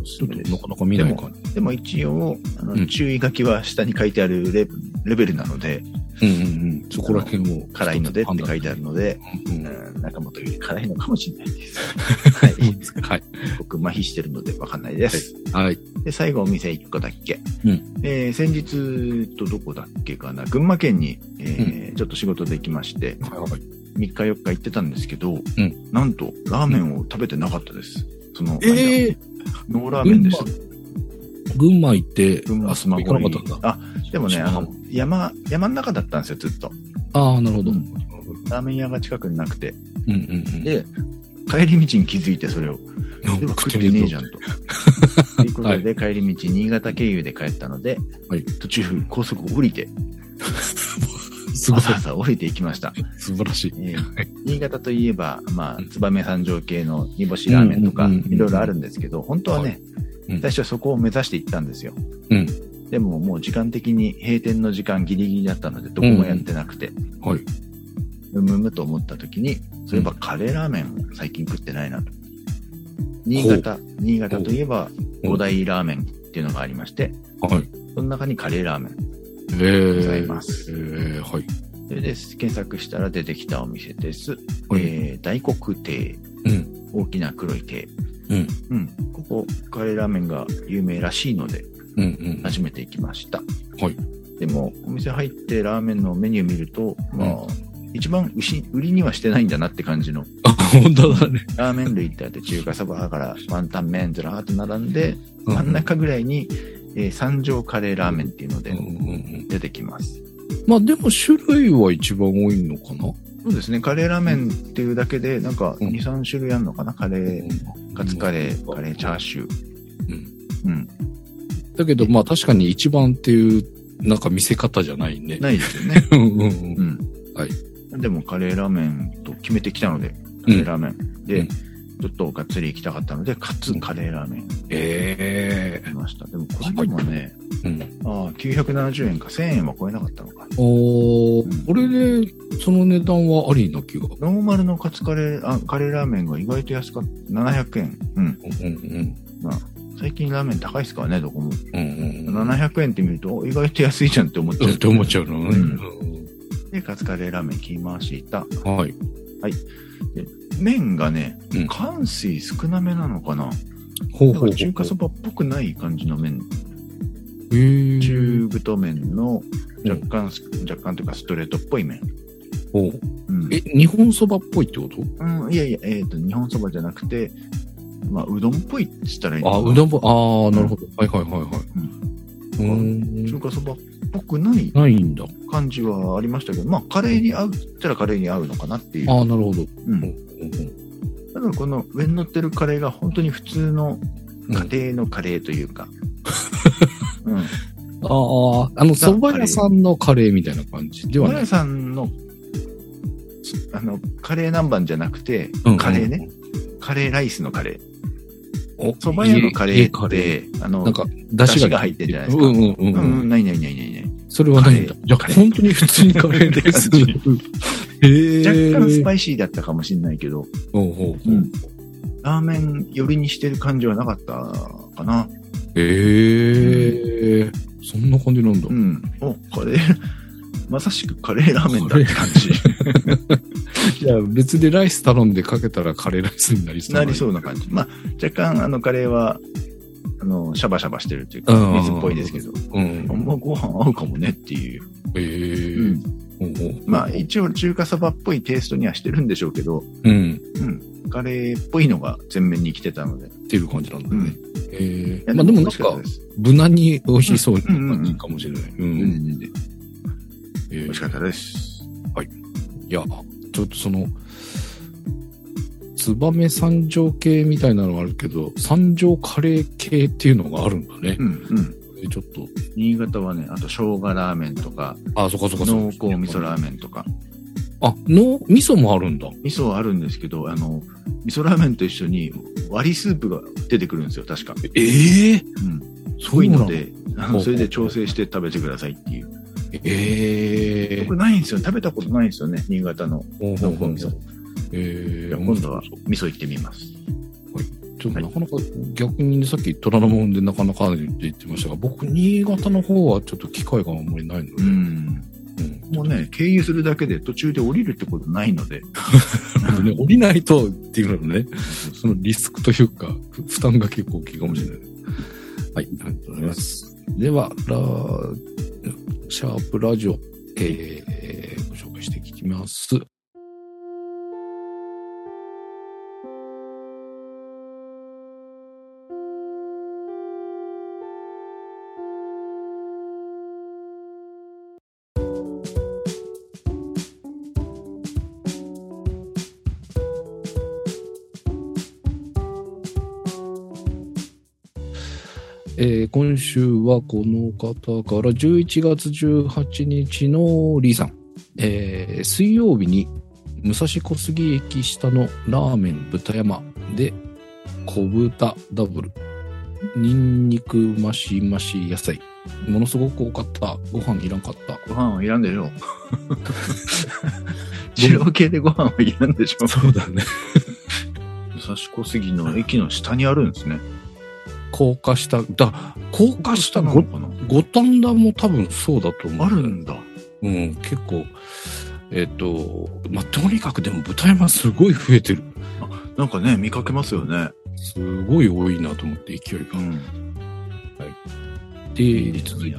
[SPEAKER 1] おす
[SPEAKER 2] ち
[SPEAKER 1] す
[SPEAKER 2] ょっ
[SPEAKER 1] め
[SPEAKER 2] と
[SPEAKER 1] です
[SPEAKER 2] なかなか見ない感
[SPEAKER 1] でも一応、あの
[SPEAKER 2] うん
[SPEAKER 1] 注意書きは下に書いてあるレレベルなので、
[SPEAKER 2] じ。うんうんうん。そこら辺を。
[SPEAKER 1] 辛いのでって書いてあ
[SPEAKER 2] る。
[SPEAKER 1] るので、
[SPEAKER 2] うん。は
[SPEAKER 1] うん、中本より辛いのかもしれないです。はい。
[SPEAKER 2] い。
[SPEAKER 1] 僕、麻痺してるのでわかんないです。
[SPEAKER 2] はい。
[SPEAKER 1] で、最後お店1個だっけ。
[SPEAKER 2] うん
[SPEAKER 1] えー先日、えっとどこだっけかな、群馬県に、えーちょっと仕事できまして、
[SPEAKER 2] はい。
[SPEAKER 1] 3日4日行ってたんですけど、
[SPEAKER 2] ん
[SPEAKER 1] なんと、ラーメンを食べてなかったです。その間、
[SPEAKER 2] ええ
[SPEAKER 1] ノーラーメンでした。
[SPEAKER 2] 群馬行って、
[SPEAKER 1] 群馬
[SPEAKER 2] あ、
[SPEAKER 1] ス
[SPEAKER 2] そ
[SPEAKER 1] マ
[SPEAKER 2] こ
[SPEAKER 1] ホ
[SPEAKER 2] 行か
[SPEAKER 1] に
[SPEAKER 2] なかったんだ。
[SPEAKER 1] あ、でもね、
[SPEAKER 2] そう
[SPEAKER 1] あの、山、山の中だったんですよ、ずっと。
[SPEAKER 2] ああ、なるほど。
[SPEAKER 1] う
[SPEAKER 2] うんん
[SPEAKER 1] ラーメン屋が近くになくて。
[SPEAKER 2] うんうん。
[SPEAKER 1] で、帰り道に気づいてそれを。
[SPEAKER 2] なん
[SPEAKER 1] で
[SPEAKER 2] か
[SPEAKER 1] も
[SPEAKER 2] 食
[SPEAKER 1] 食
[SPEAKER 2] っ
[SPEAKER 1] ってて
[SPEAKER 2] みると
[SPEAKER 1] ねえじゃんと。ということで、帰り道、新潟経由で帰ったので、
[SPEAKER 2] はい
[SPEAKER 1] 途中、高速降りて、
[SPEAKER 2] すご
[SPEAKER 1] わ
[SPEAKER 2] い。
[SPEAKER 1] ざわざ降りていきました。
[SPEAKER 2] 素晴らしい。
[SPEAKER 1] えー
[SPEAKER 2] はい
[SPEAKER 1] 新潟といえば、まあ、燕三条系の煮干しラーメンとか、
[SPEAKER 2] うんうんうんうん
[SPEAKER 1] いろいろあるんですけど、本当はね、
[SPEAKER 2] はいうん
[SPEAKER 1] 私はそこを目指して行ったんですよ。
[SPEAKER 2] うん
[SPEAKER 1] でも、もう時間的に閉店の時間ギリギリだったので、どこもやってなくて、
[SPEAKER 2] はい。
[SPEAKER 1] むむむと思った時に、そういえばカレーラーメンを最近食ってないなと。新潟、新潟といえば、
[SPEAKER 2] ほう
[SPEAKER 1] 五大ラーメンっていうのがありまして、
[SPEAKER 2] はい。
[SPEAKER 1] その中にカレーラーメン。
[SPEAKER 2] えー
[SPEAKER 1] ございます
[SPEAKER 2] えーはい。
[SPEAKER 1] それです。検索したら出てきたお店です。
[SPEAKER 2] はい。
[SPEAKER 1] えー、大黒亭。
[SPEAKER 2] うん。
[SPEAKER 1] 大きな黒い亭。
[SPEAKER 2] うん。
[SPEAKER 1] うん。ここ、カレーラーメンが有名らしいので、
[SPEAKER 2] うんうん。
[SPEAKER 1] 初めて行きました。
[SPEAKER 2] はい。
[SPEAKER 1] でも、お店入ってラーメンのメニュー見ると、まあ、一番牛売りにはしてないんだなって感じの、
[SPEAKER 2] あ、本当だね。
[SPEAKER 1] ラーメン類ってあって、中華そばからワンタン麺ずらーっと並んで、
[SPEAKER 2] うん
[SPEAKER 1] 真ん中ぐらいに、えー三条カレーラーメンっていうの
[SPEAKER 2] うん
[SPEAKER 1] で
[SPEAKER 2] うんうん。
[SPEAKER 1] 出てきます。
[SPEAKER 2] まあでも種類は一番多いのかな
[SPEAKER 1] そうですね、カレーラーメンっていうだけで、なんか
[SPEAKER 2] うん
[SPEAKER 1] 2、3種類あるのかな、カレー、カツカレー、カレーチャーシュー。
[SPEAKER 2] うん
[SPEAKER 1] うん、
[SPEAKER 2] だけどまあ確かに一番っていう、なんか見せ方じゃないね。
[SPEAKER 1] ないです よね。
[SPEAKER 2] うんうんうん
[SPEAKER 1] うん。
[SPEAKER 2] はい。
[SPEAKER 1] でも、カレーラーメンと決めてきたので、カレーラーメン。で、
[SPEAKER 2] うん
[SPEAKER 1] ちょっとがっつり行きたかったので、カツカレーラーメン
[SPEAKER 2] ええ
[SPEAKER 1] 来ました。でも、これでもね、
[SPEAKER 2] うん。
[SPEAKER 1] ああ、970円か、1000円は超えなかったのか。
[SPEAKER 2] お
[SPEAKER 1] うん
[SPEAKER 2] ー、これで、その値段はありな気が。
[SPEAKER 1] ノーマルのカツカレー、あ、カレーラーメンが意外と安かった。700円。うん。
[SPEAKER 2] うんうん
[SPEAKER 1] まあ、最近ラーメン高いですからね、どこも。
[SPEAKER 2] うん。うんうん。
[SPEAKER 1] 700円って見ると、お意外と安いじゃんって思っちゃ
[SPEAKER 2] っ
[SPEAKER 1] う
[SPEAKER 2] て。思っちゃうのね。
[SPEAKER 1] で、カツカレーラーメン切りました。
[SPEAKER 2] うんはい。
[SPEAKER 1] 麺がね
[SPEAKER 2] うん、
[SPEAKER 1] 乾水少なめなのかな、
[SPEAKER 2] ほう
[SPEAKER 1] だか
[SPEAKER 2] ほう
[SPEAKER 1] ら中華そばっぽくない感じの麺。
[SPEAKER 2] えー
[SPEAKER 1] 中太麺の
[SPEAKER 2] うん
[SPEAKER 1] 若干、若干というかストレートっぽい麺。
[SPEAKER 2] ほう
[SPEAKER 1] うん。
[SPEAKER 2] え、日本そばっぽいってこと
[SPEAKER 1] うん、いやいや、えっ、と、日本そばじゃなくて、まあ、うどんっぽいって言ったらいいのか
[SPEAKER 2] あ、
[SPEAKER 1] な
[SPEAKER 2] うどんぼ、ああ、なるほど。はいはいはいはい。う
[SPEAKER 1] うん
[SPEAKER 2] ー
[SPEAKER 1] 中
[SPEAKER 2] ん。
[SPEAKER 1] 華そばっぽくない
[SPEAKER 2] ないんだ。
[SPEAKER 1] 感じはありましたけど、まあ、カレーに合うって言ったらカレーに合うのかなっていう。
[SPEAKER 2] ああ、なるほど。
[SPEAKER 1] う
[SPEAKER 2] うん
[SPEAKER 1] ん。
[SPEAKER 2] うん
[SPEAKER 1] ただこの上に乗ってるカレーが本当に普通の家庭のカレーという か。うん。
[SPEAKER 2] ああ、あの、蕎麦屋さんのカレーみたいな感じでは
[SPEAKER 1] マ
[SPEAKER 2] ない
[SPEAKER 1] ヤ。さんの、あの、カレー南蛮じゃなくて、
[SPEAKER 2] うん
[SPEAKER 1] カレーね。カレーライスのカレー。
[SPEAKER 2] お
[SPEAKER 1] 蕎麦屋のカレ
[SPEAKER 2] 家家
[SPEAKER 1] ーって、あの、
[SPEAKER 2] なんか、出汁
[SPEAKER 1] 出汁が
[SPEAKER 2] が
[SPEAKER 1] 入ってんじゃないですか
[SPEAKER 2] うんうんうん
[SPEAKER 1] う
[SPEAKER 2] うん。
[SPEAKER 1] うんん、ないないないないない。
[SPEAKER 2] それはないんだ
[SPEAKER 1] カレ。ー
[SPEAKER 2] じゃあ、本当に普通にカレー です。へえ。
[SPEAKER 1] 若干ス
[SPEAKER 2] イ
[SPEAKER 1] パイシーだったかもしれないけど、
[SPEAKER 2] ほうほうほ
[SPEAKER 1] う
[SPEAKER 2] うん
[SPEAKER 1] ラーメン寄りにしてる感じはなかったかな。
[SPEAKER 2] へえ。そんな感じなんだ
[SPEAKER 1] う。ん。お、カレー、 まさしくカレーラーメンだって感じ。
[SPEAKER 2] いや、別でライス頼んでかけたらカレーライスになりそう
[SPEAKER 1] なりそうな感じ。まあ、若干、あの、カレーは、あの、シャバシャバしてるというか、水っぽいですけど、
[SPEAKER 2] うん
[SPEAKER 1] あ。んまご飯合うかもねっていう。
[SPEAKER 2] え
[SPEAKER 1] う
[SPEAKER 2] ー
[SPEAKER 1] ん
[SPEAKER 2] うん
[SPEAKER 1] まあ、一応中華そばっぽいテイストにはしてるんでしょうけど、
[SPEAKER 2] うん。
[SPEAKER 1] うん。カレーっぽいのが全面に来てたので。
[SPEAKER 2] っていう感じなんだね。え
[SPEAKER 1] い
[SPEAKER 2] ー
[SPEAKER 1] や
[SPEAKER 2] まあでも
[SPEAKER 1] 美味
[SPEAKER 2] なん
[SPEAKER 1] しった
[SPEAKER 2] か
[SPEAKER 1] で、す
[SPEAKER 2] 無難に美味しそうな感じかもしれない。う
[SPEAKER 1] うんんうんうん。美
[SPEAKER 2] えー
[SPEAKER 1] 味しかったです。
[SPEAKER 2] いや、ちょっとその、燕三条系みたいなのがあるけど、三条カレー系っていうのがあるんだね
[SPEAKER 1] う。んうん。
[SPEAKER 2] えちょっと、
[SPEAKER 1] 新潟はね、あと生姜ラーメンとか、
[SPEAKER 2] あ、そっかそっかそっ
[SPEAKER 1] 濃厚
[SPEAKER 2] か
[SPEAKER 1] 味噌ラーメンとか。
[SPEAKER 2] あ、の、味噌もあるんだ。
[SPEAKER 1] 味噌はあるんですけど、あの、味噌ラーメンと一緒に割りスープが出てくるんですよ、確か。
[SPEAKER 2] ええ
[SPEAKER 1] うん。
[SPEAKER 2] そ
[SPEAKER 1] 濃
[SPEAKER 2] う
[SPEAKER 1] い
[SPEAKER 2] な
[SPEAKER 1] の
[SPEAKER 2] の
[SPEAKER 1] で、あ
[SPEAKER 2] ほうほ
[SPEAKER 1] の
[SPEAKER 2] う
[SPEAKER 1] それで調整して食べてくださいっていう。
[SPEAKER 2] ええ
[SPEAKER 1] 僕ないんですよ。食べたことないんですよね、新潟の
[SPEAKER 2] ほう
[SPEAKER 1] 濃
[SPEAKER 2] ほう
[SPEAKER 1] 厚
[SPEAKER 2] ほう
[SPEAKER 1] 味噌。
[SPEAKER 2] ええ
[SPEAKER 1] いや今度は味噌行ってみます。
[SPEAKER 2] ちょっとなかなか逆にねさっき虎ノ門でなかなかって言ってましたが、僕、新潟の方はちょっと機会があんまりないので
[SPEAKER 1] う。ん。
[SPEAKER 2] うん
[SPEAKER 1] もうね、経由するだけで途中で降りるってことないので。
[SPEAKER 2] なのでね降りないとっていうのね、そのリスクというか、ふ負担が結構大きいかもしれない。はい、ありがとうございます。では、ラシャープラジオ、えー、ご紹介していきます。えー今週はこの方から11月18日のリーさん、えー水曜日に武蔵小杉駅下のラーメン豚山で小豚ダブルニンニク増し増し野菜ものすごく多かったご飯いらんかった
[SPEAKER 1] ご飯はいらんでしょう。 二郎系でご飯はいらんでしょう。
[SPEAKER 2] そうだね
[SPEAKER 1] 武蔵小杉の駅の下にあるんですね。
[SPEAKER 2] 高架下だ高架下
[SPEAKER 1] な
[SPEAKER 2] ご
[SPEAKER 1] のかな
[SPEAKER 2] 五反田も多分そうだと思う
[SPEAKER 1] あるんだ。
[SPEAKER 2] うん、結構、えっ、と、まあ、とにかくでも舞台版すごい増えてる。
[SPEAKER 1] なんかね、見かけますよね。
[SPEAKER 2] すごい多いなと思って勢いが。
[SPEAKER 1] ん。
[SPEAKER 2] で、続い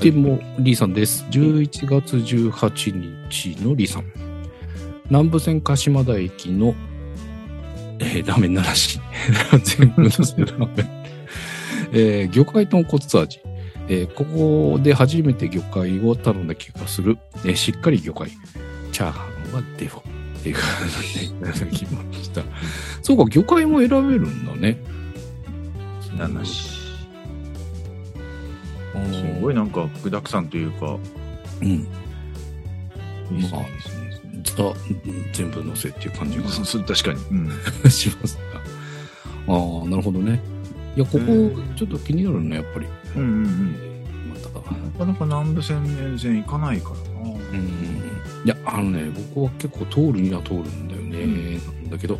[SPEAKER 2] ても、リーさんです。11月18日のリーさん。南武線鹿島田駅の、えーラーメンならし。 全部のせラーメン。えー魚介豚骨味。えーここで初めて魚介を頼んだ気がする。えーしっかり魚介。チャーハンはデフォ。っていう感じでいただきました。そうか、魚介も選べるんだね。
[SPEAKER 1] ななし。
[SPEAKER 2] うん
[SPEAKER 1] すごいなんか具沢山というか、
[SPEAKER 2] うん。
[SPEAKER 1] いいです
[SPEAKER 2] まあ
[SPEAKER 1] ね。
[SPEAKER 2] ザ全部乗せっていう感じが
[SPEAKER 1] そうそう確かに。うん。
[SPEAKER 2] しますが。ああ、なるほどね。いや、ここ
[SPEAKER 1] うん、
[SPEAKER 2] ちょっと気になるね、やっぱり。
[SPEAKER 1] うんうんうん。
[SPEAKER 2] また。
[SPEAKER 1] なかなか南部線沿線行かないからな。
[SPEAKER 2] うん。いや、あのね、僕は結構通るには通るんだよね。なんだけど、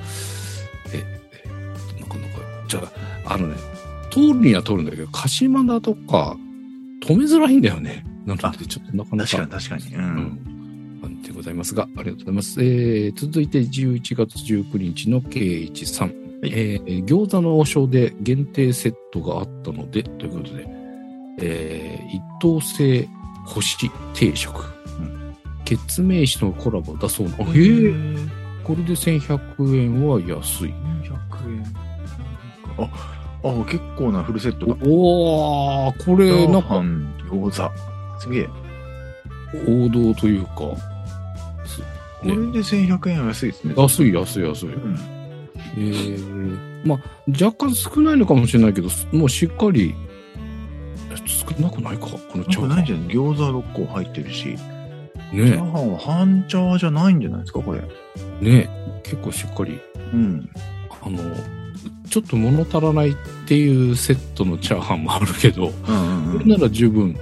[SPEAKER 2] え、えなかなか、じゃあ、あのね、通るには通るんだけど、鹿島だとか、止めづらいんだよね。なの
[SPEAKER 1] あ
[SPEAKER 2] で、ちょっとなかなか。
[SPEAKER 1] 確かに確かに。う。
[SPEAKER 2] うんん。なんでございますが、ありがとうございます。えー、続いて11月19日の K1 さん。
[SPEAKER 1] はい
[SPEAKER 2] えー餃子の王将で限定セットがあったので、ということで、えー、一等星星定食。
[SPEAKER 1] ん
[SPEAKER 2] 月明氏のコラボだそうな。
[SPEAKER 1] へ
[SPEAKER 2] へえ、これで1100円は安
[SPEAKER 1] 400
[SPEAKER 2] い。
[SPEAKER 1] 円。あ、あ、結構なフルセットだ。
[SPEAKER 2] おおこれ、なんか、
[SPEAKER 1] ん餃子。すげえ。
[SPEAKER 2] 王道というか、
[SPEAKER 1] これで1100円は安いですね。
[SPEAKER 2] 安い安い安い。
[SPEAKER 1] うん。
[SPEAKER 2] えー、まあ若干少ないのかもしれないけどもうしっかり少なくないかこの
[SPEAKER 1] な
[SPEAKER 2] チ
[SPEAKER 1] んか
[SPEAKER 2] ャーハ
[SPEAKER 1] ないん
[SPEAKER 2] ン
[SPEAKER 1] じゃない餃子6個入ってるし、チャー
[SPEAKER 2] ね
[SPEAKER 1] ハンは半チャーじゃないんじゃないですか、これ。
[SPEAKER 2] ね結構しっかり
[SPEAKER 1] うん。
[SPEAKER 2] あのちょっと物足らないっていうセットのチャーハンもあるけ
[SPEAKER 1] う
[SPEAKER 2] ど
[SPEAKER 1] ん
[SPEAKER 2] これなら十分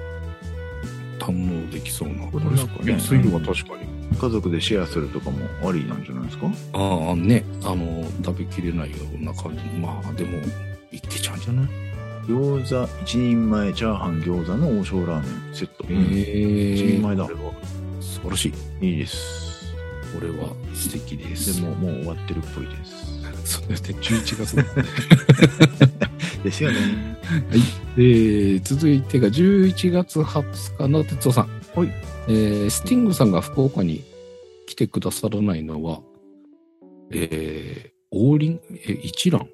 [SPEAKER 2] 堪能できそうな
[SPEAKER 1] これなんかね
[SPEAKER 2] 安いのは確かに
[SPEAKER 1] 家族でシェアするとかもありなんじゃないですか
[SPEAKER 2] ああねあの食べきれないような感じまあでもいけちゃうんじゃない
[SPEAKER 1] 餃子1人前チャーハン餃子の王将ラーメンセット、
[SPEAKER 2] え
[SPEAKER 1] 1人
[SPEAKER 2] ー
[SPEAKER 1] 前だ
[SPEAKER 2] これは素晴らしい。
[SPEAKER 1] いいです。
[SPEAKER 2] これは素敵で。
[SPEAKER 1] ですも、もう終わってるっぽいです。
[SPEAKER 2] それで11月だ
[SPEAKER 1] ですよね。
[SPEAKER 2] で続いてが11月20日の哲夫さん、
[SPEAKER 1] はい
[SPEAKER 2] えースティングさんが福岡に来てくださらないのは、えー、王林、えー一蘭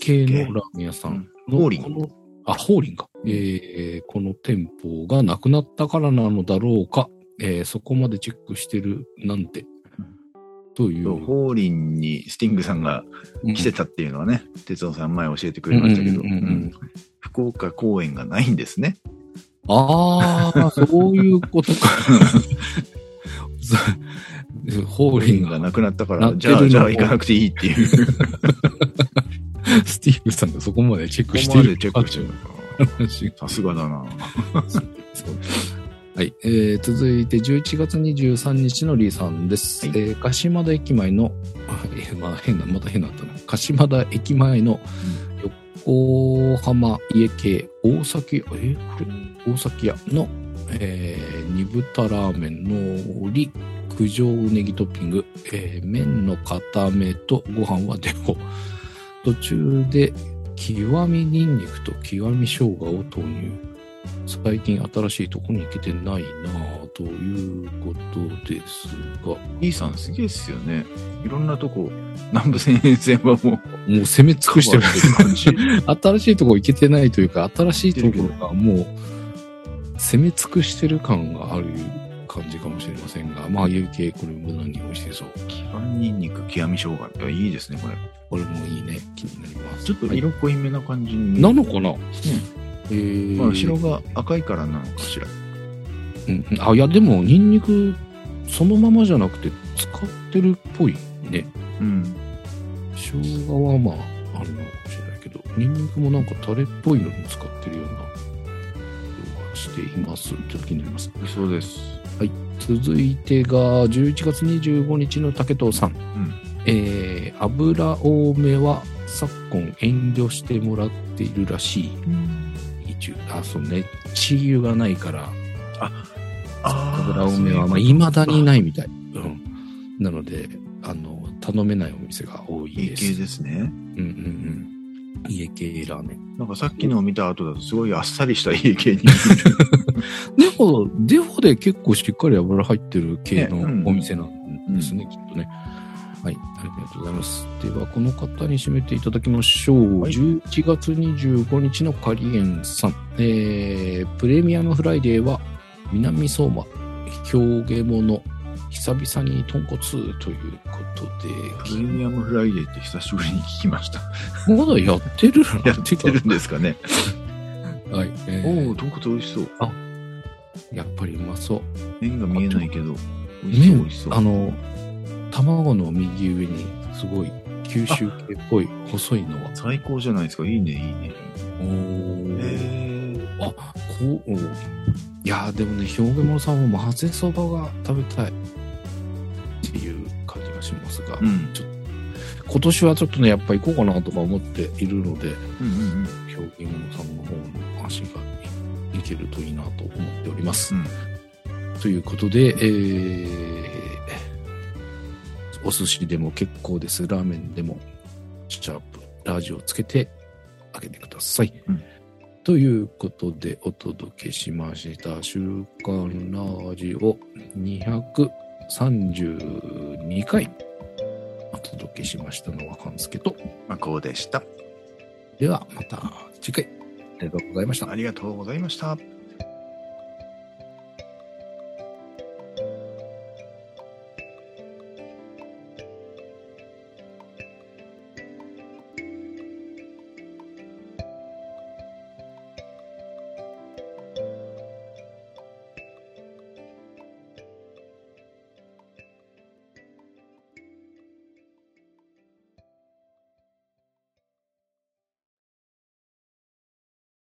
[SPEAKER 2] 系のラーメン屋さんの、
[SPEAKER 1] 王林
[SPEAKER 2] このあ、法林か、えーこの店舗がなくなったからなのだろうか、えーそこまでチェックしてるなんて、という。
[SPEAKER 1] ホーリンにスティングさんが来てたっていうのはね、哲夫さん前教えてくれましたけど、
[SPEAKER 2] うんうんうんうん
[SPEAKER 1] うん福岡公演がないんですね。
[SPEAKER 2] ああ、そういうこと か。そうホー
[SPEAKER 1] 公
[SPEAKER 2] リ
[SPEAKER 1] 演
[SPEAKER 2] ン
[SPEAKER 1] が
[SPEAKER 2] が、
[SPEAKER 1] なくなったか
[SPEAKER 2] なっ
[SPEAKER 1] ら、
[SPEAKER 2] て
[SPEAKER 1] じゃ
[SPEAKER 2] るの
[SPEAKER 1] あ、
[SPEAKER 2] も
[SPEAKER 1] じゃあ行かなくていいっていう。
[SPEAKER 2] スティーブさんがそこまでチェッ
[SPEAKER 1] こ
[SPEAKER 2] クし
[SPEAKER 1] こ
[SPEAKER 2] て
[SPEAKER 1] まで
[SPEAKER 2] る
[SPEAKER 1] チェックしてるのか。
[SPEAKER 2] 話
[SPEAKER 1] さすがだな。
[SPEAKER 2] はい、えー続いて11月23日のリーさんです。
[SPEAKER 1] はい
[SPEAKER 2] えー鹿島田駅前の、あえーまあ変な、また変なったな。鹿島田駅前の横浜家系大崎、えーこれ大崎屋の、えー、煮豚ラーメンのり、九条うねぎトッピング、えー麺の固めとご飯はデコ。途中で極みニンニクと極み生姜を投入。最近新しいとこに行けてないなぁということですが、
[SPEAKER 1] E さんすげえっすよね。いろんなとこ、南部線沿線はもう、
[SPEAKER 2] もう攻め尽くしてる。
[SPEAKER 1] 感じ。
[SPEAKER 2] 新しいとこ行けてないというか、新しいところがもう攻め尽くしてる感がある感じかもしれませんが、まあ、有形これ無駄に美味しそう。
[SPEAKER 1] 極みニンニク、極み生姜。いや、いいですね、これ。
[SPEAKER 2] これもいいね、気になります。
[SPEAKER 1] ちょっと
[SPEAKER 2] はい
[SPEAKER 1] 色濃いめな感じに。
[SPEAKER 2] なのかな、えー
[SPEAKER 1] まあ、後ろが赤いからなのかしら。
[SPEAKER 2] うん、あいやでもニンニクそのままじゃなくて使ってるっぽいね
[SPEAKER 1] うん。
[SPEAKER 2] 生姜はまああるのかもしれないけどニンニクもなんかタレっぽいのに使ってるような気がしていますちょっと気になります
[SPEAKER 1] そうです。
[SPEAKER 2] 続いてが11月25日の竹藤さん、
[SPEAKER 1] ん
[SPEAKER 2] えー油多めは昨今遠慮してもらっているらしい一応あそうね地油がないから油多めは、まあ、
[SPEAKER 1] 今
[SPEAKER 2] 未だにないみたい。うん。なので、あの、頼めないお店が多い
[SPEAKER 1] 家
[SPEAKER 2] です。
[SPEAKER 1] 系ですね。
[SPEAKER 2] うんうんうん。家系ラーメン。
[SPEAKER 1] なんかさっきのを見た後だと、すごいあっさりした家系に。
[SPEAKER 2] デフォ、デフォで結構しっかり油入ってる系の
[SPEAKER 1] ねうん
[SPEAKER 2] お店なんですね、きっとね。はい、ありがとうございます。では、この方に締めていただきましょう。
[SPEAKER 1] はい
[SPEAKER 2] 11月25日のカリエンさん。えー、プレミアムフライデーは、南相馬、狂下者、久々に豚骨ということ で、
[SPEAKER 1] プレミアムフライデーって久しぶりに聞きました。
[SPEAKER 2] まだやってる
[SPEAKER 1] やってるんですかね。
[SPEAKER 2] はい。え
[SPEAKER 1] お
[SPEAKER 2] ー
[SPEAKER 1] おー、豚骨美味しそう。
[SPEAKER 2] やっぱりうまそう。
[SPEAKER 1] 麺が見えないけど、美味しそう、美
[SPEAKER 2] 麺
[SPEAKER 1] 味しそう。
[SPEAKER 2] あの、卵の右上に、すごい、九州系っぽい、細いのは。
[SPEAKER 1] 最高じゃないですか。いいね、いいね。
[SPEAKER 2] おー
[SPEAKER 1] へー
[SPEAKER 2] あ、こう、おーいやーでもね、表現者さんも混ぜそばが食べたいっていう感じがしますが、
[SPEAKER 1] うん。
[SPEAKER 2] 今年はちょっとね、やっぱ行こうかなとか思っている
[SPEAKER 1] うんう
[SPEAKER 2] ので、
[SPEAKER 1] んうん。
[SPEAKER 2] 表現者さんの方の足がいけるといいなと思っております。
[SPEAKER 1] うん
[SPEAKER 2] ということで、えー、お寿司でも結構です。ラーメンでも、シャープ、ラジオつけてあげてください。
[SPEAKER 1] うん
[SPEAKER 2] ということで、お届けしました。週刊ラジオ232回。お届けしましたのは半助と。
[SPEAKER 1] まあ、こうでした。
[SPEAKER 2] では、また次回。ありがとうございました
[SPEAKER 1] あ。りがとうございました。